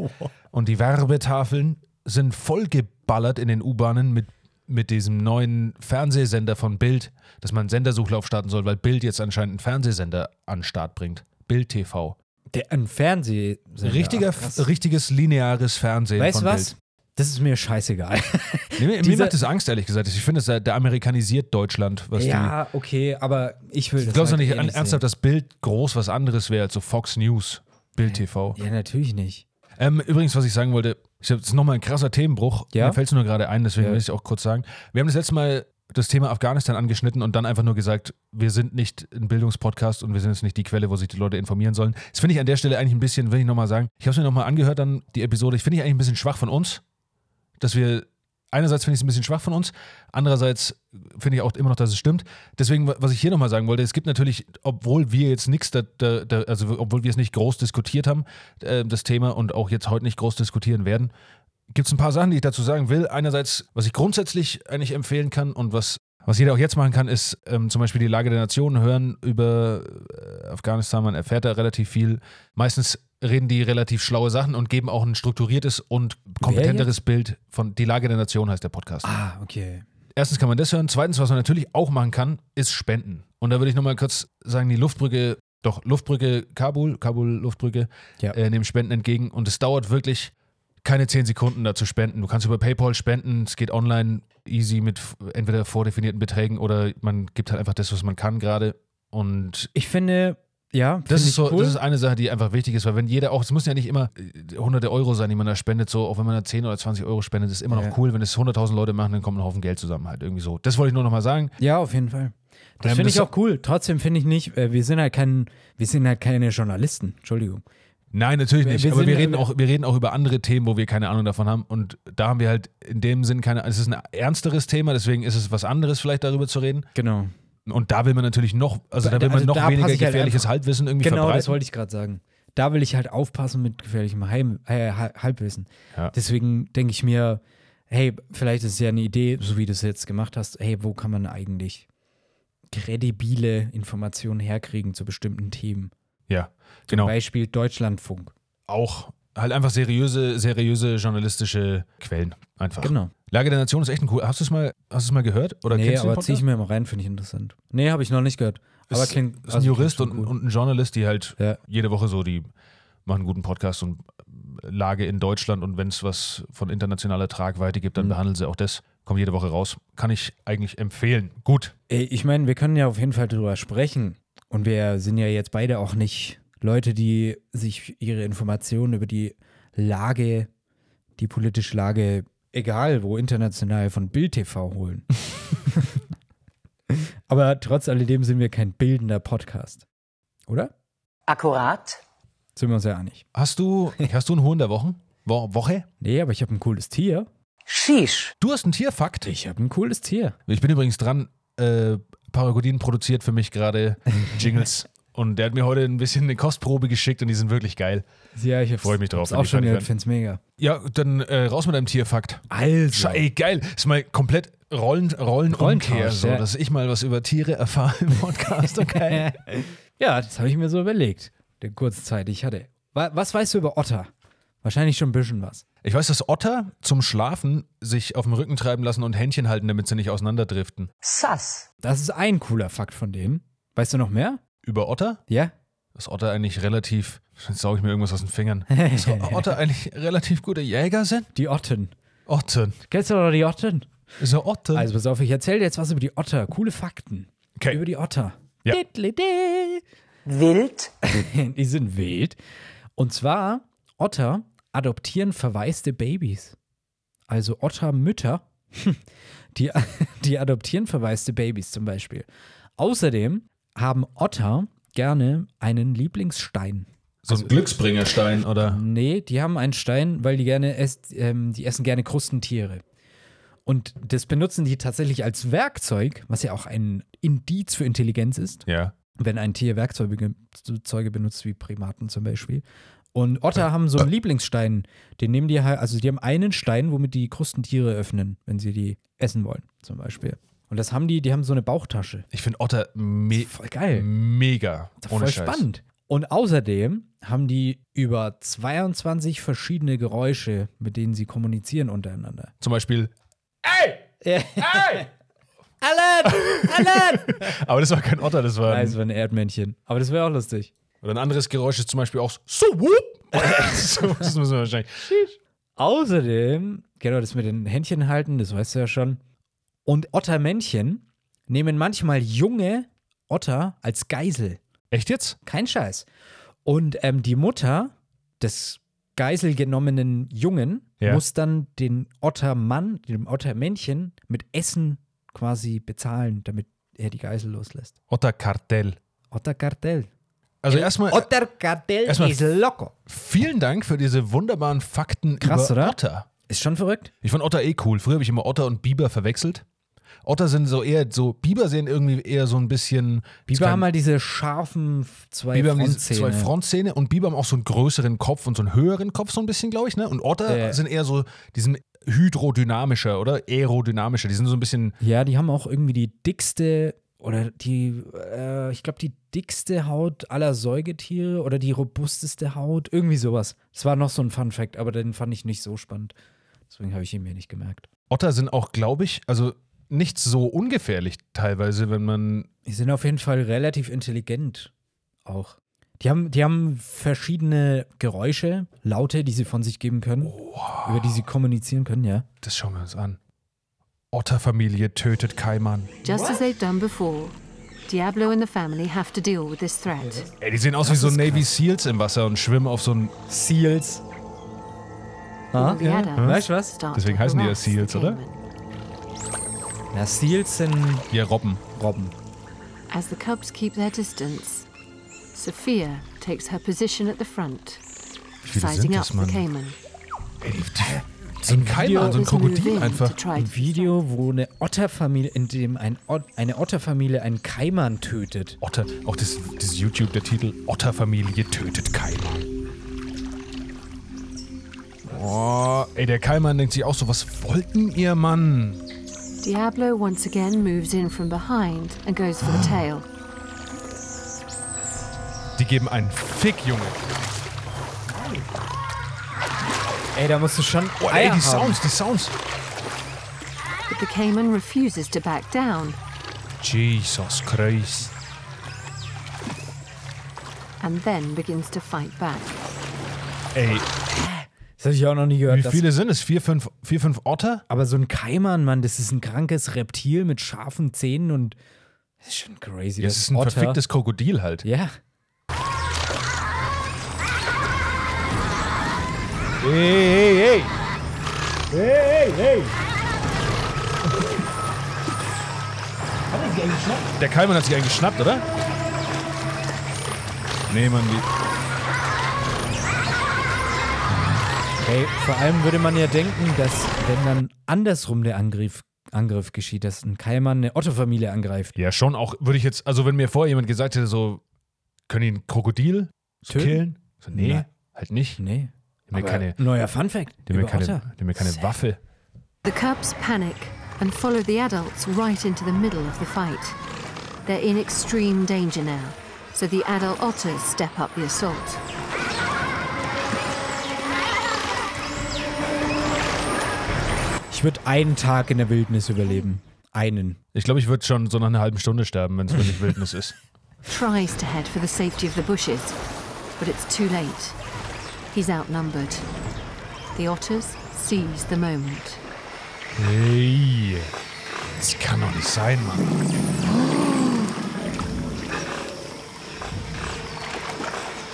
Speaker 5: und die Werbetafeln sind vollgeballert in den U-Bahnen mit mit diesem neuen Fernsehsender von Bild, dass man einen Sendersuchlauf starten soll, weil Bild jetzt anscheinend einen Fernsehsender an den Start bringt. Bild TV.
Speaker 4: <laughs> Der, ein Fernseh.
Speaker 5: Richtiger, richtiges lineares Fernsehen.
Speaker 4: Weißt du
Speaker 5: von
Speaker 4: was? Das ist mir scheißegal. <laughs>
Speaker 5: Bild. Nee, mir- mir
Speaker 4: Dieser-
Speaker 5: macht das Angst, ehrlich gesagt. Ich finde, es- der amerikanisiert Deutschland. Was die,
Speaker 4: ja, okay, aber ich will.
Speaker 5: ich glaube
Speaker 4: halt
Speaker 5: nicht
Speaker 4: eh
Speaker 5: an,
Speaker 4: sehen.
Speaker 5: ernsthaft, dass Bild groß was anderes wäre als so Fox News, Bild TV.
Speaker 4: Ja, natürlich nicht.
Speaker 5: Ähm, übrigens, was ich sagen wollte, ich habe jetzt nochmal ein krasser Themenbruch.
Speaker 4: Ja?
Speaker 5: Mir fällt es nur gerade ein, deswegen
Speaker 4: Ja.
Speaker 5: will ich es auch kurz sagen. Wir haben das letzte Mal das Thema Afghanistan angeschnitten und dann einfach nur gesagt, wir sind nicht ein Bildungspodcast und wir sind jetzt nicht die Quelle, wo sich die Leute informieren sollen. Das finde ich an der Stelle eigentlich ein bisschen, will ich nochmal sagen, ich habe es mir nochmal angehört, dann die Episode. Ich finde ich eigentlich ein bisschen schwach von uns, dass wir, einerseits finde ich es ein bisschen schwach von uns, andererseits finde ich auch immer noch, dass es stimmt. Deswegen, wa- was ich hier nochmal sagen wollte, es gibt natürlich, obwohl wir jetzt nichts, da, da, da, also obwohl wir es nicht groß diskutiert haben, äh, das Thema und auch jetzt heute nicht groß diskutieren werden, gibt es ein paar Sachen, die ich dazu sagen will. Einerseits, was ich grundsätzlich eigentlich empfehlen kann und was, was jeder auch jetzt machen kann, ist ähm, zum Beispiel die Lage der Nationen hören über äh, Afghanistan. Man erfährt da relativ viel. Meistens reden die relativ schlaue Sachen und geben auch ein strukturiertes und kompetenteres Bild von die Lage der Nation heißt der Podcast.
Speaker 4: Ah, okay.
Speaker 5: Erstens kann man das hören. Zweitens, was man natürlich auch machen kann, ist spenden. Und da würde ich nochmal kurz sagen, die Luftbrücke, doch, Luftbrücke Kabul, Kabul Luftbrücke,
Speaker 4: Ja.
Speaker 5: äh, nehmen Spenden entgegen. Und es dauert wirklich keine 10 Sekunden, da zu spenden. Du kannst über PayPal spenden, es geht online easy mit f- entweder vordefinierten Beträgen oder man gibt halt einfach das, was man kann gerade. Und
Speaker 4: Ich finde, ja,
Speaker 5: das
Speaker 4: finde
Speaker 5: ist,
Speaker 4: ich
Speaker 5: so,
Speaker 4: cool.
Speaker 5: das ist eine Sache, die einfach wichtig ist, weil wenn jeder auch, es müssen ja nicht immer äh, hunderte Euro sein, die man da spendet, so auch wenn man da 10 oder 20 Euro spendet, ist immer noch
Speaker 4: Ja.
Speaker 5: cool. Wenn es 100.000 Leute machen, dann kommt ein Haufen Geld zusammen halt irgendwie so. Das wollte ich nur nochmal sagen.
Speaker 4: Ja, auf jeden Fall. Das
Speaker 5: Ähm,
Speaker 4: finde
Speaker 5: das-
Speaker 4: ich auch cool. Trotzdem finde ich nicht, äh, wir sind halt kein, wir sind halt keine Journalisten. Entschuldigung.
Speaker 5: Nein, natürlich
Speaker 4: Wir-
Speaker 5: nicht.
Speaker 4: wir
Speaker 5: aber
Speaker 4: sind-
Speaker 5: wir reden, auch, wir reden auch über andere Themen, wo wir keine Ahnung davon haben. Und da haben wir halt in dem Sinn keine Es ist ein ernsteres Thema, deswegen ist es was anderes, vielleicht darüber zu reden.
Speaker 4: Genau.
Speaker 5: Und da will man natürlich noch, also da will man
Speaker 4: Also
Speaker 5: noch
Speaker 4: da
Speaker 5: weniger
Speaker 4: passe ich halt
Speaker 5: gefährliches
Speaker 4: einfach-
Speaker 5: Halbwissen irgendwie
Speaker 4: Genau, das
Speaker 5: verbreiten.
Speaker 4: wollte ich gerade sagen. Da will ich halt aufpassen mit gefährlichem Heim, äh, Ha- Halbwissen.
Speaker 5: Ja.
Speaker 4: Deswegen denke ich mir, hey, vielleicht ist es ja eine Idee, so wie du es jetzt gemacht hast, hey, wo kann man eigentlich kredibile Informationen herkriegen zu bestimmten Themen?
Speaker 5: ja,
Speaker 4: Zum
Speaker 5: genau.
Speaker 4: Beispiel Deutschlandfunk.
Speaker 5: Auch halt einfach seriöse, seriöse journalistische Quellen. Einfach.
Speaker 4: Genau.
Speaker 5: Lage der Nation ist echt ein cool. Hast du es mal, hast du es mal gehört? Oder
Speaker 4: Nee,
Speaker 5: kennst du den
Speaker 4: aber zieh ich
Speaker 5: Podcast?
Speaker 4: mir mal rein, finde ich interessant. Nee, habe ich noch nicht gehört. Aber
Speaker 5: ist,
Speaker 4: klingt.
Speaker 5: ist ein
Speaker 4: also klingt
Speaker 5: Jurist
Speaker 4: schon
Speaker 5: und,
Speaker 4: gut.
Speaker 5: und ein Journalist, die halt
Speaker 4: Ja.
Speaker 5: jede Woche so, die machen einen guten Podcast und äh, Lage in Deutschland und wenn es was von internationaler Tragweite gibt,
Speaker 4: Mhm.
Speaker 5: dann behandeln sie auch das. Kommt jede Woche raus. Kann ich eigentlich empfehlen. Gut.
Speaker 4: Ey, Äh, Ich meine, wir können ja auf jeden Fall drüber sprechen. Und wir sind ja jetzt beide auch nicht Leute, die sich ihre Informationen über die Lage, die politische Lage, egal wo, international von Bild TV <laughs> holen. Aber trotz alledem sind wir kein bildender Podcast. Oder?
Speaker 6: Akkurat.
Speaker 4: Sind wir uns ja einig. <laughs>
Speaker 5: Hast du, hast du einen Huhn der Wochen? Wo Woche?
Speaker 4: Nee, aber ich habe ein cooles Tier.
Speaker 6: Sheesh.
Speaker 5: Du hast einen Tierfakt.
Speaker 4: Ich habe ein cooles Tier.
Speaker 5: Ich bin übrigens dran, äh, Paragodien produziert für
Speaker 4: <laughs>
Speaker 5: mich gerade Jingles. und der hat mir heute ein bisschen eine Kostprobe geschickt und die sind wirklich geil.
Speaker 4: Ja, ich
Speaker 5: Freu ich mich
Speaker 4: Hab's
Speaker 5: drauf, wenn
Speaker 4: auch
Speaker 5: die
Speaker 4: schon
Speaker 5: fertig
Speaker 4: gehört,
Speaker 5: werden.
Speaker 4: find's mega.
Speaker 5: Ja, dann äh, raus mit deinem Tierfakt.
Speaker 4: Also.
Speaker 5: Schei, geil. Ist mal komplett Rollen, Rollen Rollenumkehr,
Speaker 4: Rollencast,
Speaker 5: so,
Speaker 4: ja.
Speaker 5: dass ich mal was über Tiere erfahre im
Speaker 4: <laughs>
Speaker 5: Podcast. Okay.
Speaker 4: Ja, das habe ich mir so überlegt, der kurzen Zeit, die ich hatte. Wa- Was weißt du über Otter? Wahrscheinlich schon ein bisschen was.
Speaker 5: ich weiß, dass Otter zum Schlafen sich auf dem Rücken treiben lassen und Händchen halten, damit sie nicht auseinanderdriften.
Speaker 6: Sass.
Speaker 4: Das ist ein cooler Fakt von denen. Weißt du noch mehr?
Speaker 5: Über Otter?
Speaker 4: Ja?
Speaker 5: Dass Otter eigentlich relativ. Jetzt sauge ich mir irgendwas aus den Fingern.
Speaker 4: <laughs>
Speaker 5: Dass Otter eigentlich relativ gute Jäger sind?
Speaker 4: Die Otten.
Speaker 5: Otten.
Speaker 4: Kennst du noch die Otten?
Speaker 5: So Otten.
Speaker 4: Also pass auf, ich erzähle dir jetzt was über die Otter. Coole Fakten.
Speaker 5: Okay.
Speaker 4: Über die Otter.
Speaker 5: Ja.
Speaker 4: Diddledy.
Speaker 6: Wild.
Speaker 4: <laughs> Die sind wild. Und zwar, Otter adoptieren verwaiste Babys. Also Ottermütter, <laughs> die, <laughs> die adoptieren verwaiste Babys zum Beispiel. Außerdem haben Otter gerne einen Lieblingsstein.
Speaker 5: so
Speaker 4: Also,
Speaker 5: ein Glücksbringerstein oder.
Speaker 4: Nee, die haben einen Stein, weil die gerne esst, ähm, die essen gerne Krustentiere. Und das benutzen die tatsächlich als Werkzeug, was ja auch ein Indiz für Intelligenz ist
Speaker 5: Ja.
Speaker 4: wenn ein Tier Werkzeuge Zeuge benutzt, wie Primaten zum Beispiel. Und Otter haben so einen Lieblingsstein, den nehmen die halt, also die haben einen Stein, womit die Krustentiere öffnen, wenn sie die essen wollen, zum Beispiel. Und das haben die, die haben so eine Bauchtasche.
Speaker 5: Ich finde Otter me
Speaker 4: Voll geil.
Speaker 5: mega.
Speaker 4: Voll
Speaker 5: Ohne Scheiß.
Speaker 4: spannend. Und außerdem haben die über 22 verschiedene Geräusche, mit denen sie kommunizieren untereinander.
Speaker 5: Zum Beispiel. Ey! Hey!
Speaker 4: Alan! <laughs> Alan!
Speaker 5: Aber das war kein Otter, das war
Speaker 4: Nein,
Speaker 5: ein,
Speaker 4: es war Also ein Erdmännchen. Aber das wäre auch lustig.
Speaker 5: oder ein anderes Geräusch, ist zum Beispiel auch so whoop.
Speaker 4: <laughs>
Speaker 5: <laughs> so, das müssen wir wahrscheinlich.
Speaker 4: Außerdem, genau, das mit den Händchen halten, das weißt du ja schon. Und Ottermännchen nehmen manchmal junge Otter als Geisel.
Speaker 5: Echt jetzt?
Speaker 4: Kein Scheiß. Und ähm, die Mutter des geiselgenommenen Jungen
Speaker 5: Ja.
Speaker 4: muss dann den Ottermann, dem Ottermännchen, mit Essen quasi bezahlen, damit er die Geisel loslässt.
Speaker 5: Otterkartell.
Speaker 4: Otterkartell.
Speaker 5: Also erstmal
Speaker 4: Otterkartell
Speaker 5: erstmal-
Speaker 4: ist locker.
Speaker 5: vielen Dank für diese wunderbaren Fakten
Speaker 4: Krass,
Speaker 5: über
Speaker 4: oder?
Speaker 5: Otter.
Speaker 4: Ist schon verrückt.
Speaker 5: Ich fand Otter eh cool. Früher habe ich immer Otter und Biber verwechselt. Otter sind so eher so Biber sehen irgendwie eher so ein bisschen
Speaker 4: Biber haben halt diese scharfen f- zwei
Speaker 5: Biber haben diese
Speaker 4: Frontzähne.
Speaker 5: zwei Frontzähne und Biber haben auch so einen größeren Kopf und so einen höheren Kopf, so ein bisschen, glaube ich. Ne? Und Otter
Speaker 4: Ja.
Speaker 5: sind eher so diesem hydrodynamischer oder aerodynamischer. Die sind so ein bisschen.
Speaker 4: Ja, die haben auch irgendwie die dickste oder die, äh, ich glaube, die dickste Haut aller Säugetiere oder die robusteste Haut, irgendwie sowas. Das war noch so ein Fun Fact, aber den fand ich nicht so spannend. Deswegen habe ich ihn mir nicht gemerkt.
Speaker 5: Otter sind auch, glaube ich, also nicht so ungefährlich teilweise, wenn man.
Speaker 4: Die sind auf jeden Fall relativ intelligent auch. Die haben, die haben verschiedene Geräusche, Laute, die sie von sich geben können, über die sie kommunizieren können, ja.
Speaker 5: Das schauen wir uns an. Otterfamilie tötet Kaiman.
Speaker 12: Just as they've done before, Diablo and the family have to deal with this threat.
Speaker 5: Ey, die sehen aus wie so Navy Seals im Wasser und schwimmen auf so ein.
Speaker 4: Seals. Ah,
Speaker 12: The
Speaker 4: ja.
Speaker 12: adults
Speaker 4: Weißt du was?
Speaker 12: start
Speaker 5: Deswegen
Speaker 12: to
Speaker 5: heißen die ja
Speaker 12: harass the
Speaker 5: Seals, oder?
Speaker 12: caiman.
Speaker 4: Na, Seals sind
Speaker 5: Ja, Robben.
Speaker 4: Robben.
Speaker 12: As the cubs keep their distance, Sophia takes her position at the front,
Speaker 5: viele sind
Speaker 12: sizing up
Speaker 5: das, Mann?
Speaker 12: the caiman.
Speaker 5: Ey, die, die, so ein Kaiman, so ein
Speaker 12: Is moving
Speaker 5: Krokodil
Speaker 12: to
Speaker 5: einfach.
Speaker 12: try
Speaker 4: Ein Video, wo eine Otterfamilie, in dem ein Ot eine Otterfamilie einen Kaiman tötet.
Speaker 5: Otter, auch das, das YouTube, der Titel Otterfamilie tötet Kaiman. Oh, ey, der Kaiman denkt sich auch so, was wollten ihr, Mann?
Speaker 12: Diablo once again moves in from behind and goes for the tail.
Speaker 5: Die geben einen Fick, Junge.
Speaker 4: Ey, da musst du schon.
Speaker 5: Oh, ey,
Speaker 4: Eier haben.
Speaker 5: die Sounds, die Sounds.
Speaker 12: But the caiman refuses to back down,
Speaker 5: Jesus Christ.
Speaker 12: and then begins to fight back.
Speaker 5: Ey,
Speaker 4: Das habe ich auch noch nie gehört.
Speaker 5: wie
Speaker 4: dass-
Speaker 5: viele sind es? Vier, fünf, vier, fünf Otter?
Speaker 4: aber so ein Kaiman, Mann, das ist ein krankes Reptil mit scharfen Zähnen und. Das ist schon crazy.
Speaker 5: Das
Speaker 4: dass
Speaker 5: ist ein
Speaker 4: Otter-
Speaker 5: verficktes Krokodil halt.
Speaker 4: Ja.
Speaker 5: Ey, ey, ey. Ey, ey, ey. Der Kaiman hat sich einen geschnappt, oder? Nee, Mann, die.
Speaker 4: Ey, vor allem würde man ja denken, dass, wenn dann andersrum der Angriff, Angriff geschieht, dass ein Kaiman eine Otterfamilie angreift.
Speaker 5: Ja, schon auch, würde ich jetzt, also wenn mir vorher jemand gesagt hätte, so, können die ein Krokodil so
Speaker 4: Töten?
Speaker 5: killen? So, nee,
Speaker 4: Nein.
Speaker 5: halt nicht. Die
Speaker 4: Nee.
Speaker 5: haben ja keine,
Speaker 4: Neuer Funfact.
Speaker 5: die haben ja
Speaker 4: über
Speaker 5: keine,
Speaker 4: Otter.
Speaker 5: die haben ja keine Waffe.
Speaker 12: The cubs panic and follow the adults right into the middle of the fight. They're in extreme danger now, so the adult otters step up the assault.
Speaker 4: Ich würde einen Tag in der Wildnis überleben. Einen.
Speaker 5: Ich glaube, ich würde schon so nach einer halben Stunde sterben, wenn es wirklich Wildnis ist.
Speaker 12: Tries to head for the safety of the bushes, but it's too late. He's outnumbered. The otters seize the moment.
Speaker 5: Ey, das kann doch nicht sein, Mann.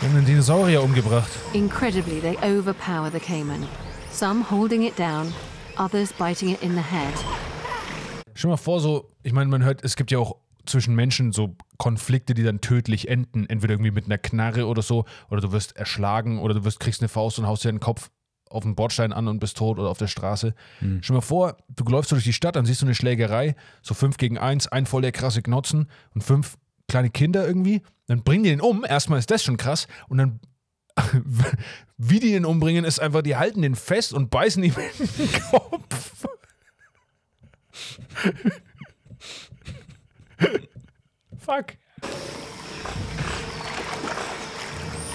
Speaker 5: Wir haben einen Dinosaurier umgebracht.
Speaker 12: Incredibly, they overpower the caiman, some holding it down, others biting it in the head.
Speaker 5: Stell dir mal vor, so, ich meine, man hört, es gibt ja auch zwischen Menschen so Konflikte, die dann tödlich enden. Entweder irgendwie mit einer Knarre oder so, oder du wirst erschlagen oder du wirst, kriegst eine Faust und haust dir den Kopf auf den Bordstein an und bist tot oder auf der Straße. Stell dir mal vor, du läufst so durch die Stadt, dann siehst du eine Schlägerei, so fünf gegen eins, ein voll der krasse Knotzen und fünf kleine Kinder irgendwie. Dann bringen die den um, erstmal ist das schon krass und dann <laughs> wie die den umbringen, ist einfach, die halten den fest und beißen ihm in den <laughs> Kopf. Fuck.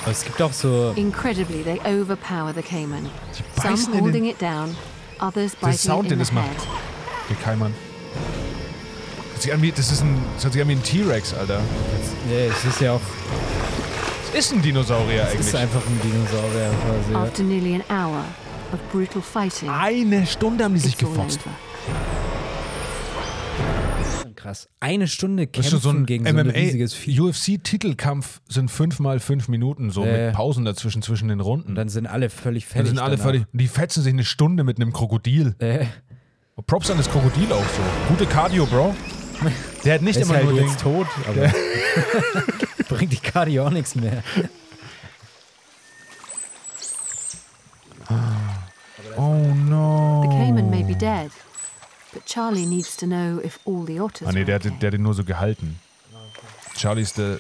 Speaker 4: Aber es gibt auch so.
Speaker 12: Incredibly, they overpower the caiman, some
Speaker 5: beißen in den-
Speaker 12: holding it down, others biting
Speaker 5: Sound,
Speaker 12: it in
Speaker 5: den
Speaker 12: the
Speaker 5: es macht.
Speaker 12: head.
Speaker 5: Der Keimann. Das, sieht an wie- das, ist ein, das hört sich an wie ein T-Rex, Alter.
Speaker 4: Nee, es ist ja auch.
Speaker 5: Es ist ein Dinosaurier
Speaker 4: Es
Speaker 5: eigentlich.
Speaker 4: ist einfach ein Dinosaurier quasi. ja.
Speaker 12: After nearly an hour of brutal fighting,
Speaker 4: Ah,
Speaker 5: Eine Stunde haben die sich
Speaker 12: it's all
Speaker 5: gefotzt.
Speaker 12: over.
Speaker 4: Krass. Eine Stunde
Speaker 5: Das
Speaker 4: kämpfen
Speaker 5: ist schon so ein
Speaker 4: gegen so ein
Speaker 5: MMA.
Speaker 4: riesiges Vieh.
Speaker 5: UFC-Titelkampf sind fünf mal fünf Minuten, so
Speaker 4: Ja, ja.
Speaker 5: mit Pausen dazwischen zwischen den Runden.
Speaker 4: Dann sind alle völlig fertig.
Speaker 5: Dann sind alle
Speaker 4: danach.
Speaker 5: völlig. Die fetzen sich eine Stunde mit einem Krokodil.
Speaker 4: Äh,
Speaker 5: Props an das Krokodil auch so. Gute Cardio, Bro. Der
Speaker 4: <laughs>
Speaker 5: hat nicht
Speaker 4: ist
Speaker 5: immer
Speaker 4: halt
Speaker 5: nur den,
Speaker 4: jetzt tot, aber <laughs> bringt die Cardio auch nichts mehr.
Speaker 5: Oh
Speaker 12: The
Speaker 5: no.
Speaker 12: Cayman may
Speaker 4: Oh.
Speaker 12: be dead, but Charlie needs to know if all the otters
Speaker 5: Ah nee,
Speaker 12: are
Speaker 5: der hat, den-
Speaker 12: okay.
Speaker 5: der hat den nur so gehalten. Charlie ist der,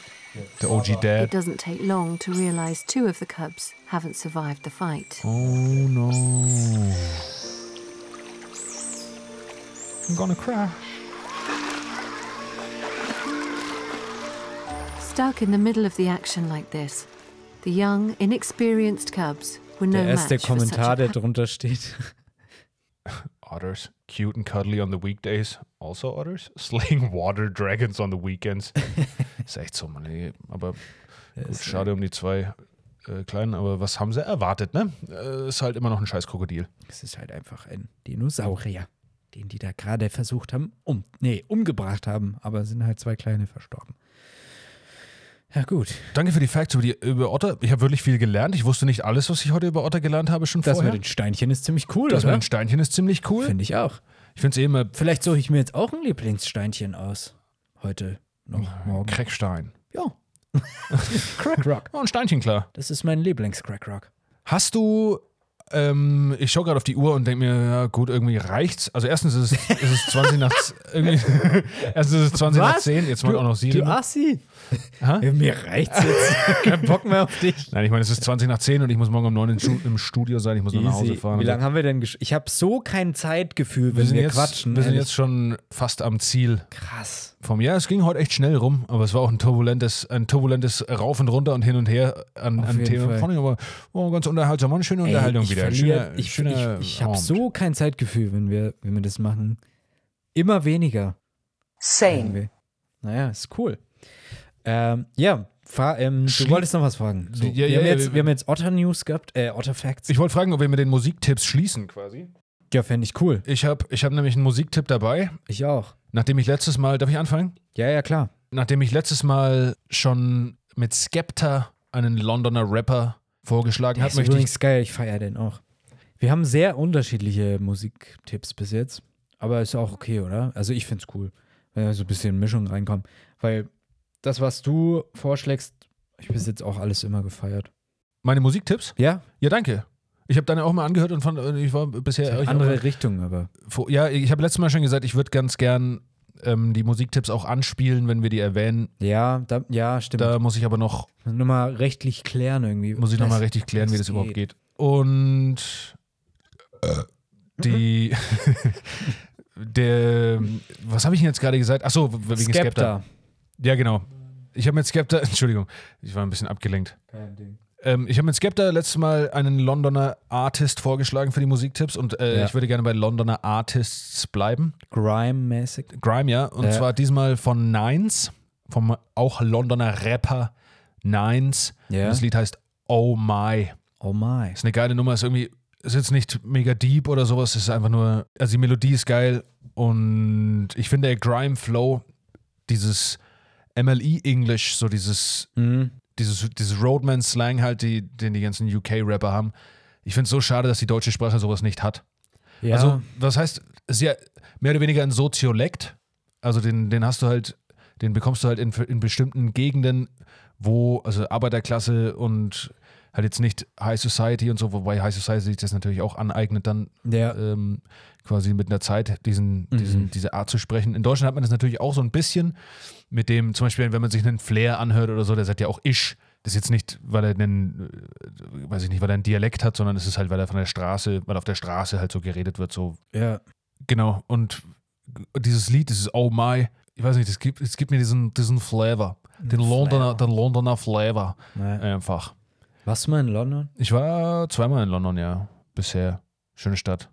Speaker 5: der OG
Speaker 12: It
Speaker 5: Dad.
Speaker 12: doesn't take long to realize two of the cubs haven't survived the fight.
Speaker 5: Oh no. I'm gonna cry.
Speaker 12: Stuck in the middle of the action like this, the young, inexperienced cubs were no
Speaker 4: Der erste
Speaker 12: match for such a
Speaker 4: Kommentar, der drunter steht. <laughs>
Speaker 5: Otters, cute and cuddly on the weekdays. Also otters, <laughs> slaying water dragons on the weekends.
Speaker 4: <laughs>
Speaker 5: ist echt so, Mann. ey. Aber gut, schade um die zwei äh, Kleinen. Aber was haben sie erwartet, ne? Äh, ist halt immer noch ein scheiß Krokodil.
Speaker 4: Es ist halt einfach ein Dinosaurier, den die da gerade versucht haben, um, nee, umgebracht haben, aber sind halt zwei Kleine verstorben. Ja, gut.
Speaker 5: Danke für die Facts über, die, über Otter. Ich habe wirklich viel gelernt. Ich wusste nicht alles, was ich heute über Otter gelernt habe, schon
Speaker 4: Das
Speaker 5: vorher.
Speaker 4: mit den Steinchen ist ziemlich cool,
Speaker 5: das mit
Speaker 4: oder?
Speaker 5: den Steinchen ist ziemlich cool.
Speaker 4: Finde ich auch.
Speaker 5: ich finde es eh immer
Speaker 4: Vielleicht suche ich mir jetzt auch ein Lieblingssteinchen aus. Heute noch, morgen.
Speaker 5: Crackstein.
Speaker 4: <laughs> ja. Crack Rock.
Speaker 5: Oh, ein Steinchen, klar.
Speaker 4: Das ist mein Lieblings-Crack Rock.
Speaker 5: Hast du. Ähm, ich schaue gerade auf die Uhr und denke mir, ja gut, irgendwie reicht's. Also erstens ist es, ist es 20 nach
Speaker 4: <laughs>
Speaker 5: irgendwie, erstens ist es 20 nach 10, jetzt mal auch noch Siri.
Speaker 4: Du Assi. Mir reicht's
Speaker 5: <laughs>
Speaker 4: jetzt. Kein Bock mehr auf dich.
Speaker 5: Nein, ich meine, es ist 20 nach 10 und ich muss morgen um 9 in Schu- im Studio sein, ich muss noch nach Hause
Speaker 4: Easy.
Speaker 5: fahren. also.
Speaker 4: Wie lange haben wir denn gesch Ich habe so kein Zeitgefühl,
Speaker 5: wir
Speaker 4: wenn
Speaker 5: sind
Speaker 4: wir,
Speaker 5: jetzt,
Speaker 4: quatschen.
Speaker 5: Wir sind
Speaker 4: ehrlich.
Speaker 5: jetzt schon fast am Ziel.
Speaker 4: krass.
Speaker 5: Vom ja, es ging heute echt schnell rum, aber es war auch ein turbulentes, ein turbulentes Rauf und runter und hin und her an,
Speaker 4: Auf
Speaker 5: an
Speaker 4: jeden
Speaker 5: Themen.
Speaker 4: Fall.
Speaker 5: Fand ich aber oh, ganz unterhaltsam, war eine schöne Unterhaltung
Speaker 4: ich
Speaker 5: wieder.
Speaker 4: verliere-
Speaker 5: schöner,
Speaker 4: ich,
Speaker 5: schöner
Speaker 4: ich, ich habe
Speaker 5: Abend.
Speaker 4: so kein Zeitgefühl, wenn wir, wenn wir das machen. Immer weniger.
Speaker 6: Same.
Speaker 4: Irgendwie. Naja, ist cool. Ähm, ja, fa- ähm, du
Speaker 5: Schlie-
Speaker 4: wolltest noch was fragen. So,
Speaker 5: Ja,
Speaker 4: wir,
Speaker 5: ja,
Speaker 4: haben
Speaker 5: ja,
Speaker 4: jetzt,
Speaker 5: wir-
Speaker 4: wir haben jetzt Otter News gehabt, äh, Otter Facts.
Speaker 5: Ich wollte fragen, ob wir mit den Musiktipps schließen quasi.
Speaker 4: ja, fände ich cool.
Speaker 5: Ich habe ich hab nämlich einen Musiktipp dabei,
Speaker 4: Ich auch.
Speaker 5: nachdem ich letztes Mal, darf ich anfangen?
Speaker 4: Ja, ja, klar.
Speaker 5: Nachdem ich letztes Mal schon mit Skepta einen Londoner Rapper vorgeschlagen
Speaker 4: Der
Speaker 5: habe,
Speaker 4: ist
Speaker 5: möchte ich
Speaker 4: übrigens geil, ich feiere den auch. Wir haben sehr unterschiedliche Musiktipps bis jetzt, aber ist auch okay, oder? Also ich find's cool, wenn da so ein bisschen Mischung reinkommt, weil das, was du vorschlägst, ich bis jetzt auch alles immer gefeiert.
Speaker 5: meine Musiktipps?
Speaker 4: Ja,
Speaker 5: Ja, danke. Ich habe deine auch mal angehört und fand, ich war bisher ich
Speaker 4: andere Richtung, aber
Speaker 5: Vor- Ja, ich habe letztes Mal schon gesagt, ich würde ganz gern ähm, die Musiktipps auch anspielen, wenn wir die erwähnen.
Speaker 4: ja, da, ja, stimmt.
Speaker 5: Da muss ich aber noch,
Speaker 4: Nur mal rechtlich klären irgendwie.
Speaker 5: muss ich noch
Speaker 4: Das-
Speaker 5: mal richtig klären, wie das überhaupt geht. Und die, <laughs> der, was habe ich denn jetzt gerade gesagt? Achso, wegen Mhm. Skepta.
Speaker 4: Skepta.
Speaker 5: Ja, genau. Ich habe mit Skepta, <laughs> Entschuldigung, ich war ein bisschen abgelenkt. Ähm, ich habe mit Skepta letztes Mal einen Londoner Artist vorgeschlagen für die Musiktipps und äh,
Speaker 4: Ja.
Speaker 5: ich würde gerne bei Londoner Artists bleiben.
Speaker 4: Grime-mäßig.
Speaker 5: Grime, ja. Und
Speaker 4: Ja.
Speaker 5: zwar diesmal von Nines, vom auch Londoner Rapper Nines.
Speaker 4: Ja.
Speaker 5: Und das Lied heißt Oh My.
Speaker 4: Oh my.
Speaker 5: Ist eine geile Nummer, ist irgendwie, ist jetzt nicht mega deep oder sowas, ist einfach nur, also die Melodie ist geil und ich finde der Grime Flow, dieses MLE English, so dieses,
Speaker 4: Mhm.
Speaker 5: dieses, dieses Roadman Slang halt, die, den die ganzen UK-Rapper haben. Ich finde es so schade, dass die deutsche Sprache sowas nicht hat.
Speaker 4: Ja,
Speaker 5: Also, was heißt, ist ja mehr oder weniger ein Soziolekt. Also, den, den hast du halt, den bekommst du halt in, in bestimmten Gegenden, wo, also Arbeiterklasse und halt jetzt nicht High Society und so, wobei High Society sich das natürlich auch aneignet, dann
Speaker 4: ja.
Speaker 5: ähm, quasi mit einer Zeit diesen, diesen, diese Art zu sprechen. In Deutschland hat man das natürlich auch so ein bisschen mit dem, zum Beispiel, wenn man sich einen Flair anhört oder so, der sagt ja auch ich. Das ist jetzt nicht, weil er einen, äh, weiß ich nicht, weil er einen Dialekt hat, sondern es ist halt, weil er von der Straße, weil auf der Straße halt so geredet wird, so
Speaker 4: ja.
Speaker 5: Genau, und g- dieses Lied, dieses Oh My, ich weiß nicht, es gibt, es gibt mir diesen, diesen Flavor, den Londoner, den Londoner Flavor äh,
Speaker 4: Naja.
Speaker 5: einfach.
Speaker 4: Warst du mal in London?
Speaker 5: Ich war zweimal in London, ja, bisher. Schöne Stadt.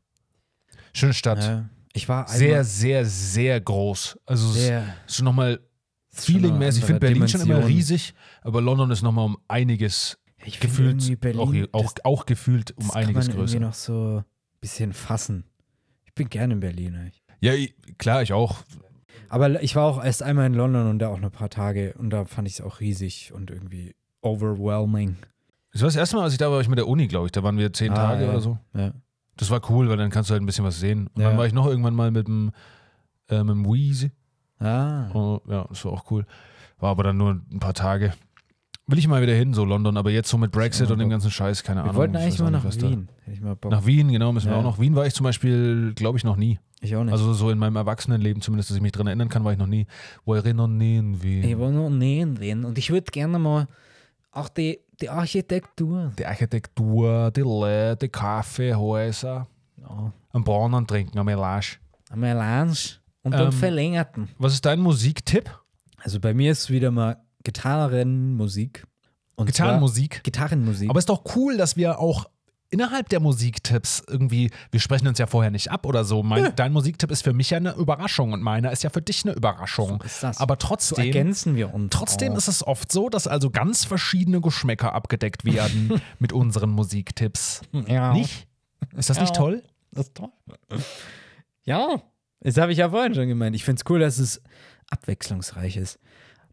Speaker 5: Schöne Stadt.
Speaker 4: Ja. Äh, Ich war einmal-
Speaker 5: sehr, sehr, sehr groß. Also
Speaker 4: Sehr.
Speaker 5: es ist schon nochmal
Speaker 4: schon eine
Speaker 5: feelingmäßig. Ich finde
Speaker 4: andere
Speaker 5: Berlin schon immer
Speaker 4: Dimension.
Speaker 5: riesig, aber London ist nochmal um einiges
Speaker 4: Ich finde irgendwie
Speaker 5: gefühlt,
Speaker 4: Berlin,
Speaker 5: auch, auch, auch gefühlt um
Speaker 4: das
Speaker 5: einiges
Speaker 4: kann man irgendwie
Speaker 5: größer.
Speaker 4: noch so ein bisschen fassen. Ich bin gerne in Berlin eigentlich.
Speaker 5: Ja, i- klar, ich auch.
Speaker 4: Aber ich war auch erst einmal in London und da auch ein paar Tage und da fand ich es auch riesig und irgendwie overwhelming.
Speaker 5: Das war das erste Mal, als ich da war, war ich mit der Uni, glaube ich. Da waren wir zehn
Speaker 4: Ah,
Speaker 5: Tage
Speaker 4: ja.
Speaker 5: oder so.
Speaker 4: Ja.
Speaker 5: Das war cool, weil dann kannst du halt ein bisschen was sehen. Und
Speaker 4: Ja.
Speaker 5: dann war ich noch irgendwann mal mit dem, äh, mit dem Wheezy.
Speaker 4: Ah.
Speaker 5: Oh, ja, das war auch cool. War aber dann nur ein paar Tage. Will ich mal wieder hin, so London, aber jetzt so mit Brexit
Speaker 4: Ja,
Speaker 5: und dem
Speaker 4: Bock.
Speaker 5: ganzen Scheiß, keine
Speaker 4: Wir
Speaker 5: Ahnung.
Speaker 4: wollten
Speaker 5: ich
Speaker 4: eigentlich
Speaker 5: weiß
Speaker 4: mal
Speaker 5: auch
Speaker 4: nach
Speaker 5: nicht, was da-
Speaker 4: Wien. Hätte ich mal Bock.
Speaker 5: Nach Wien, genau, müssen wir
Speaker 4: Ja.
Speaker 5: auch noch. Wien war ich zum Beispiel, glaube ich, noch nie.
Speaker 4: Ich auch nicht.
Speaker 5: Also so in meinem Erwachsenenleben zumindest, dass ich mich dran erinnern kann, war ich noch nie. Wäre noch nie in
Speaker 4: ich
Speaker 5: Wien.
Speaker 4: war noch nie in Wien und ich würde gerne mal auch die, die Architektur.
Speaker 5: Die Architektur, die Leute, die Kaffeehäuser.
Speaker 4: Ja.
Speaker 5: Am Bahnen trinken, am Melange.
Speaker 4: Am Melange und am
Speaker 5: Ähm,
Speaker 4: Verlängerten.
Speaker 5: Was ist dein Musiktipp?
Speaker 4: Also bei mir ist wieder mal Gitarrenmusik. Und
Speaker 5: Gitarrenmusik?
Speaker 4: zwar Gitarrenmusik.
Speaker 5: Aber ist doch cool, dass wir auch innerhalb der Musiktipps irgendwie, wir sprechen uns ja vorher nicht ab oder so. Mein, Dein Musiktipp ist für mich ja eine Überraschung und meiner ist ja für dich eine Überraschung.
Speaker 4: ist das.
Speaker 5: Aber
Speaker 4: so
Speaker 5: trotzdem.
Speaker 4: ergänzen wir uns.
Speaker 5: Trotzdem
Speaker 4: auch.
Speaker 5: ist es oft so, dass also ganz verschiedene Geschmäcker abgedeckt
Speaker 4: <laughs>
Speaker 5: werden mit unseren Musiktipps.
Speaker 4: Ja.
Speaker 5: Nicht? Ist das nicht
Speaker 4: Genau. Ja.
Speaker 5: toll?
Speaker 4: Das ist toll. Ja, das habe ich ja vorhin schon gemeint. Ich finde es cool, dass es abwechslungsreich ist.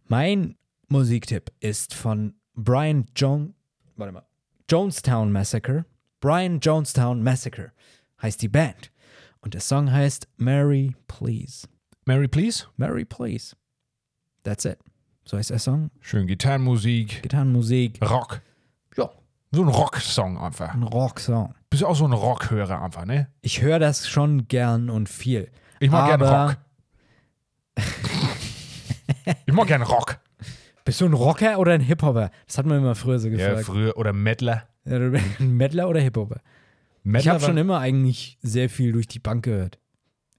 Speaker 4: Mein Musiktipp ist von Brian John. Warte mal. Jonestown Massacre. Brian Jonestown Massacre heißt die Band. Und der Song heißt Mary Please.
Speaker 5: Mary, please.
Speaker 4: Mary Please. That's it. So heißt der Song.
Speaker 5: Schön Gitarrenmusik,
Speaker 4: Gitarrenmusik.
Speaker 5: Rock.
Speaker 4: Ja.
Speaker 5: So ein Rocksong einfach.
Speaker 4: Ein Rocksong.
Speaker 5: Bist ja auch so ein Rockhörer einfach, ne?
Speaker 4: Ich höre das schon gern und viel.
Speaker 5: Ich mag
Speaker 4: Aber
Speaker 5: gern Rock.
Speaker 4: <laughs>
Speaker 5: Ich mag gerne Rock.
Speaker 4: Bist du ein Rocker oder ein Hip-Hopper? Das hat man immer früher so
Speaker 5: Ja,
Speaker 4: gefragt.
Speaker 5: früher. Oder Mettler.
Speaker 4: Ja, du bist ein Mettler oder Hip-Hopper? Ich
Speaker 5: Mettler
Speaker 4: habe
Speaker 5: war-
Speaker 4: schon immer eigentlich sehr viel durch die Bank gehört.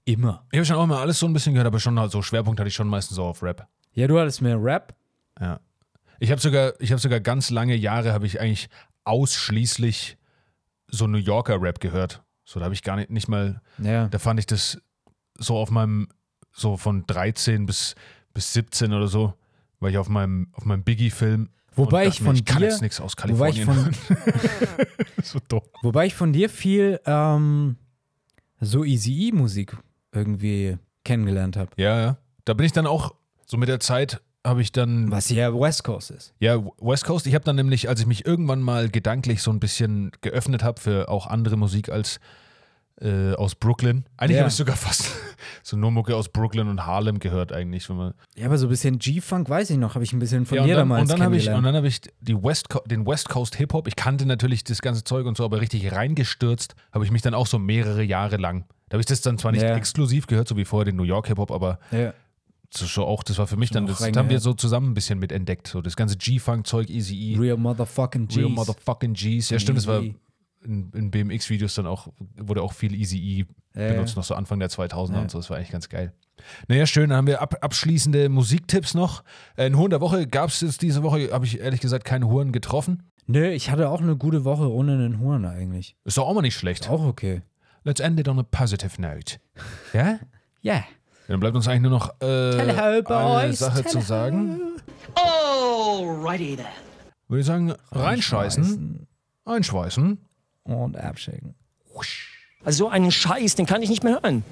Speaker 4: Immer.
Speaker 5: Ich habe schon auch mal alles so ein bisschen gehört, aber schon halt so Schwerpunkt hatte ich schon meistens so auf Rap.
Speaker 4: Ja, du hattest mehr Rap.
Speaker 5: Ja. Ich habe sogar, ich habe sogar ganz lange Jahre habe ich eigentlich ausschließlich so New Yorker Rap gehört. So da habe ich gar nicht, nicht mal,
Speaker 4: Ja.
Speaker 5: da fand ich das so auf meinem so von 13 bis bis 17 oder so, war ich auf meinem auf meinem Biggie Film.
Speaker 4: Wobei ich von
Speaker 5: ich kann
Speaker 4: dir-
Speaker 5: jetzt nichts aus
Speaker 4: wobei ich
Speaker 5: Kalifornien. <laughs> hören. so dumm.
Speaker 4: Wobei ich von dir viel ähm, so Easy-E-Musik irgendwie kennengelernt habe.
Speaker 5: Ja, ja. Da bin ich dann auch so mit der Zeit habe ich dann
Speaker 4: Was ja West Coast ist.
Speaker 5: Ja, West Coast. Ich habe dann nämlich, als ich mich irgendwann mal gedanklich so ein bisschen geöffnet habe für auch andere Musik als äh, aus Brooklyn. Eigentlich
Speaker 4: Ja.
Speaker 5: habe ich sogar fast <laughs> so nur Mucke aus Brooklyn und Harlem gehört eigentlich. Wenn man,
Speaker 4: Ja, aber so ein bisschen G-Funk, weiß ich noch, habe ich ein bisschen von
Speaker 5: ja,
Speaker 4: dir
Speaker 5: und dann,
Speaker 4: damals
Speaker 5: und dann habe ich, und
Speaker 4: kennengelernt.
Speaker 5: dann hab ich die West Co den West Coast Hip Hop. Ich kannte natürlich das ganze Zeug und so, aber richtig reingestürzt habe ich mich dann auch so mehrere Jahre lang. Da habe ich das dann zwar nicht
Speaker 4: Ja.
Speaker 5: exklusiv gehört, so wie vorher den New York Hip Hop, aber
Speaker 4: ja.
Speaker 5: so schon auch, das war für mich dann,
Speaker 4: auch
Speaker 5: das, das
Speaker 4: reingehört.
Speaker 5: haben wir so zusammen ein bisschen mitentdeckt. So das ganze G-Funk-Zeug, Easy E.
Speaker 4: Real motherfucking G's.
Speaker 5: Real motherfucking G's. Ja, stimmt, das war
Speaker 4: Easy.
Speaker 5: in, in BMX-Videos dann auch, wurde auch viel Easy E
Speaker 4: Ja,
Speaker 5: benutzt,
Speaker 4: ja.
Speaker 5: noch so Anfang der 2000er
Speaker 4: Ja.
Speaker 5: und so. Das war eigentlich ganz geil. Naja, schön, dann haben wir ab, abschließende Musiktipps noch. Äh, In Huren der Woche gab es jetzt diese Woche, habe ich ehrlich gesagt, keine Huren getroffen.
Speaker 4: Nö, ich hatte auch eine gute Woche ohne einen Huren eigentlich.
Speaker 5: Ist doch auch mal nicht schlecht.
Speaker 4: Auch okay.
Speaker 5: Let's end it on a positive note. Ja?
Speaker 4: Ja. Yeah.
Speaker 5: Ja, dann bleibt uns eigentlich nur noch äh,
Speaker 4: Teleho,
Speaker 5: eine
Speaker 4: boys,
Speaker 5: Sache zu
Speaker 4: teleho.
Speaker 5: sagen.
Speaker 7: Alrighty then.
Speaker 5: Würde ich sagen, reinscheißen, einschweißen.
Speaker 4: Und abschicken.
Speaker 13: Also so einen Scheiß, den kann ich nicht mehr hören.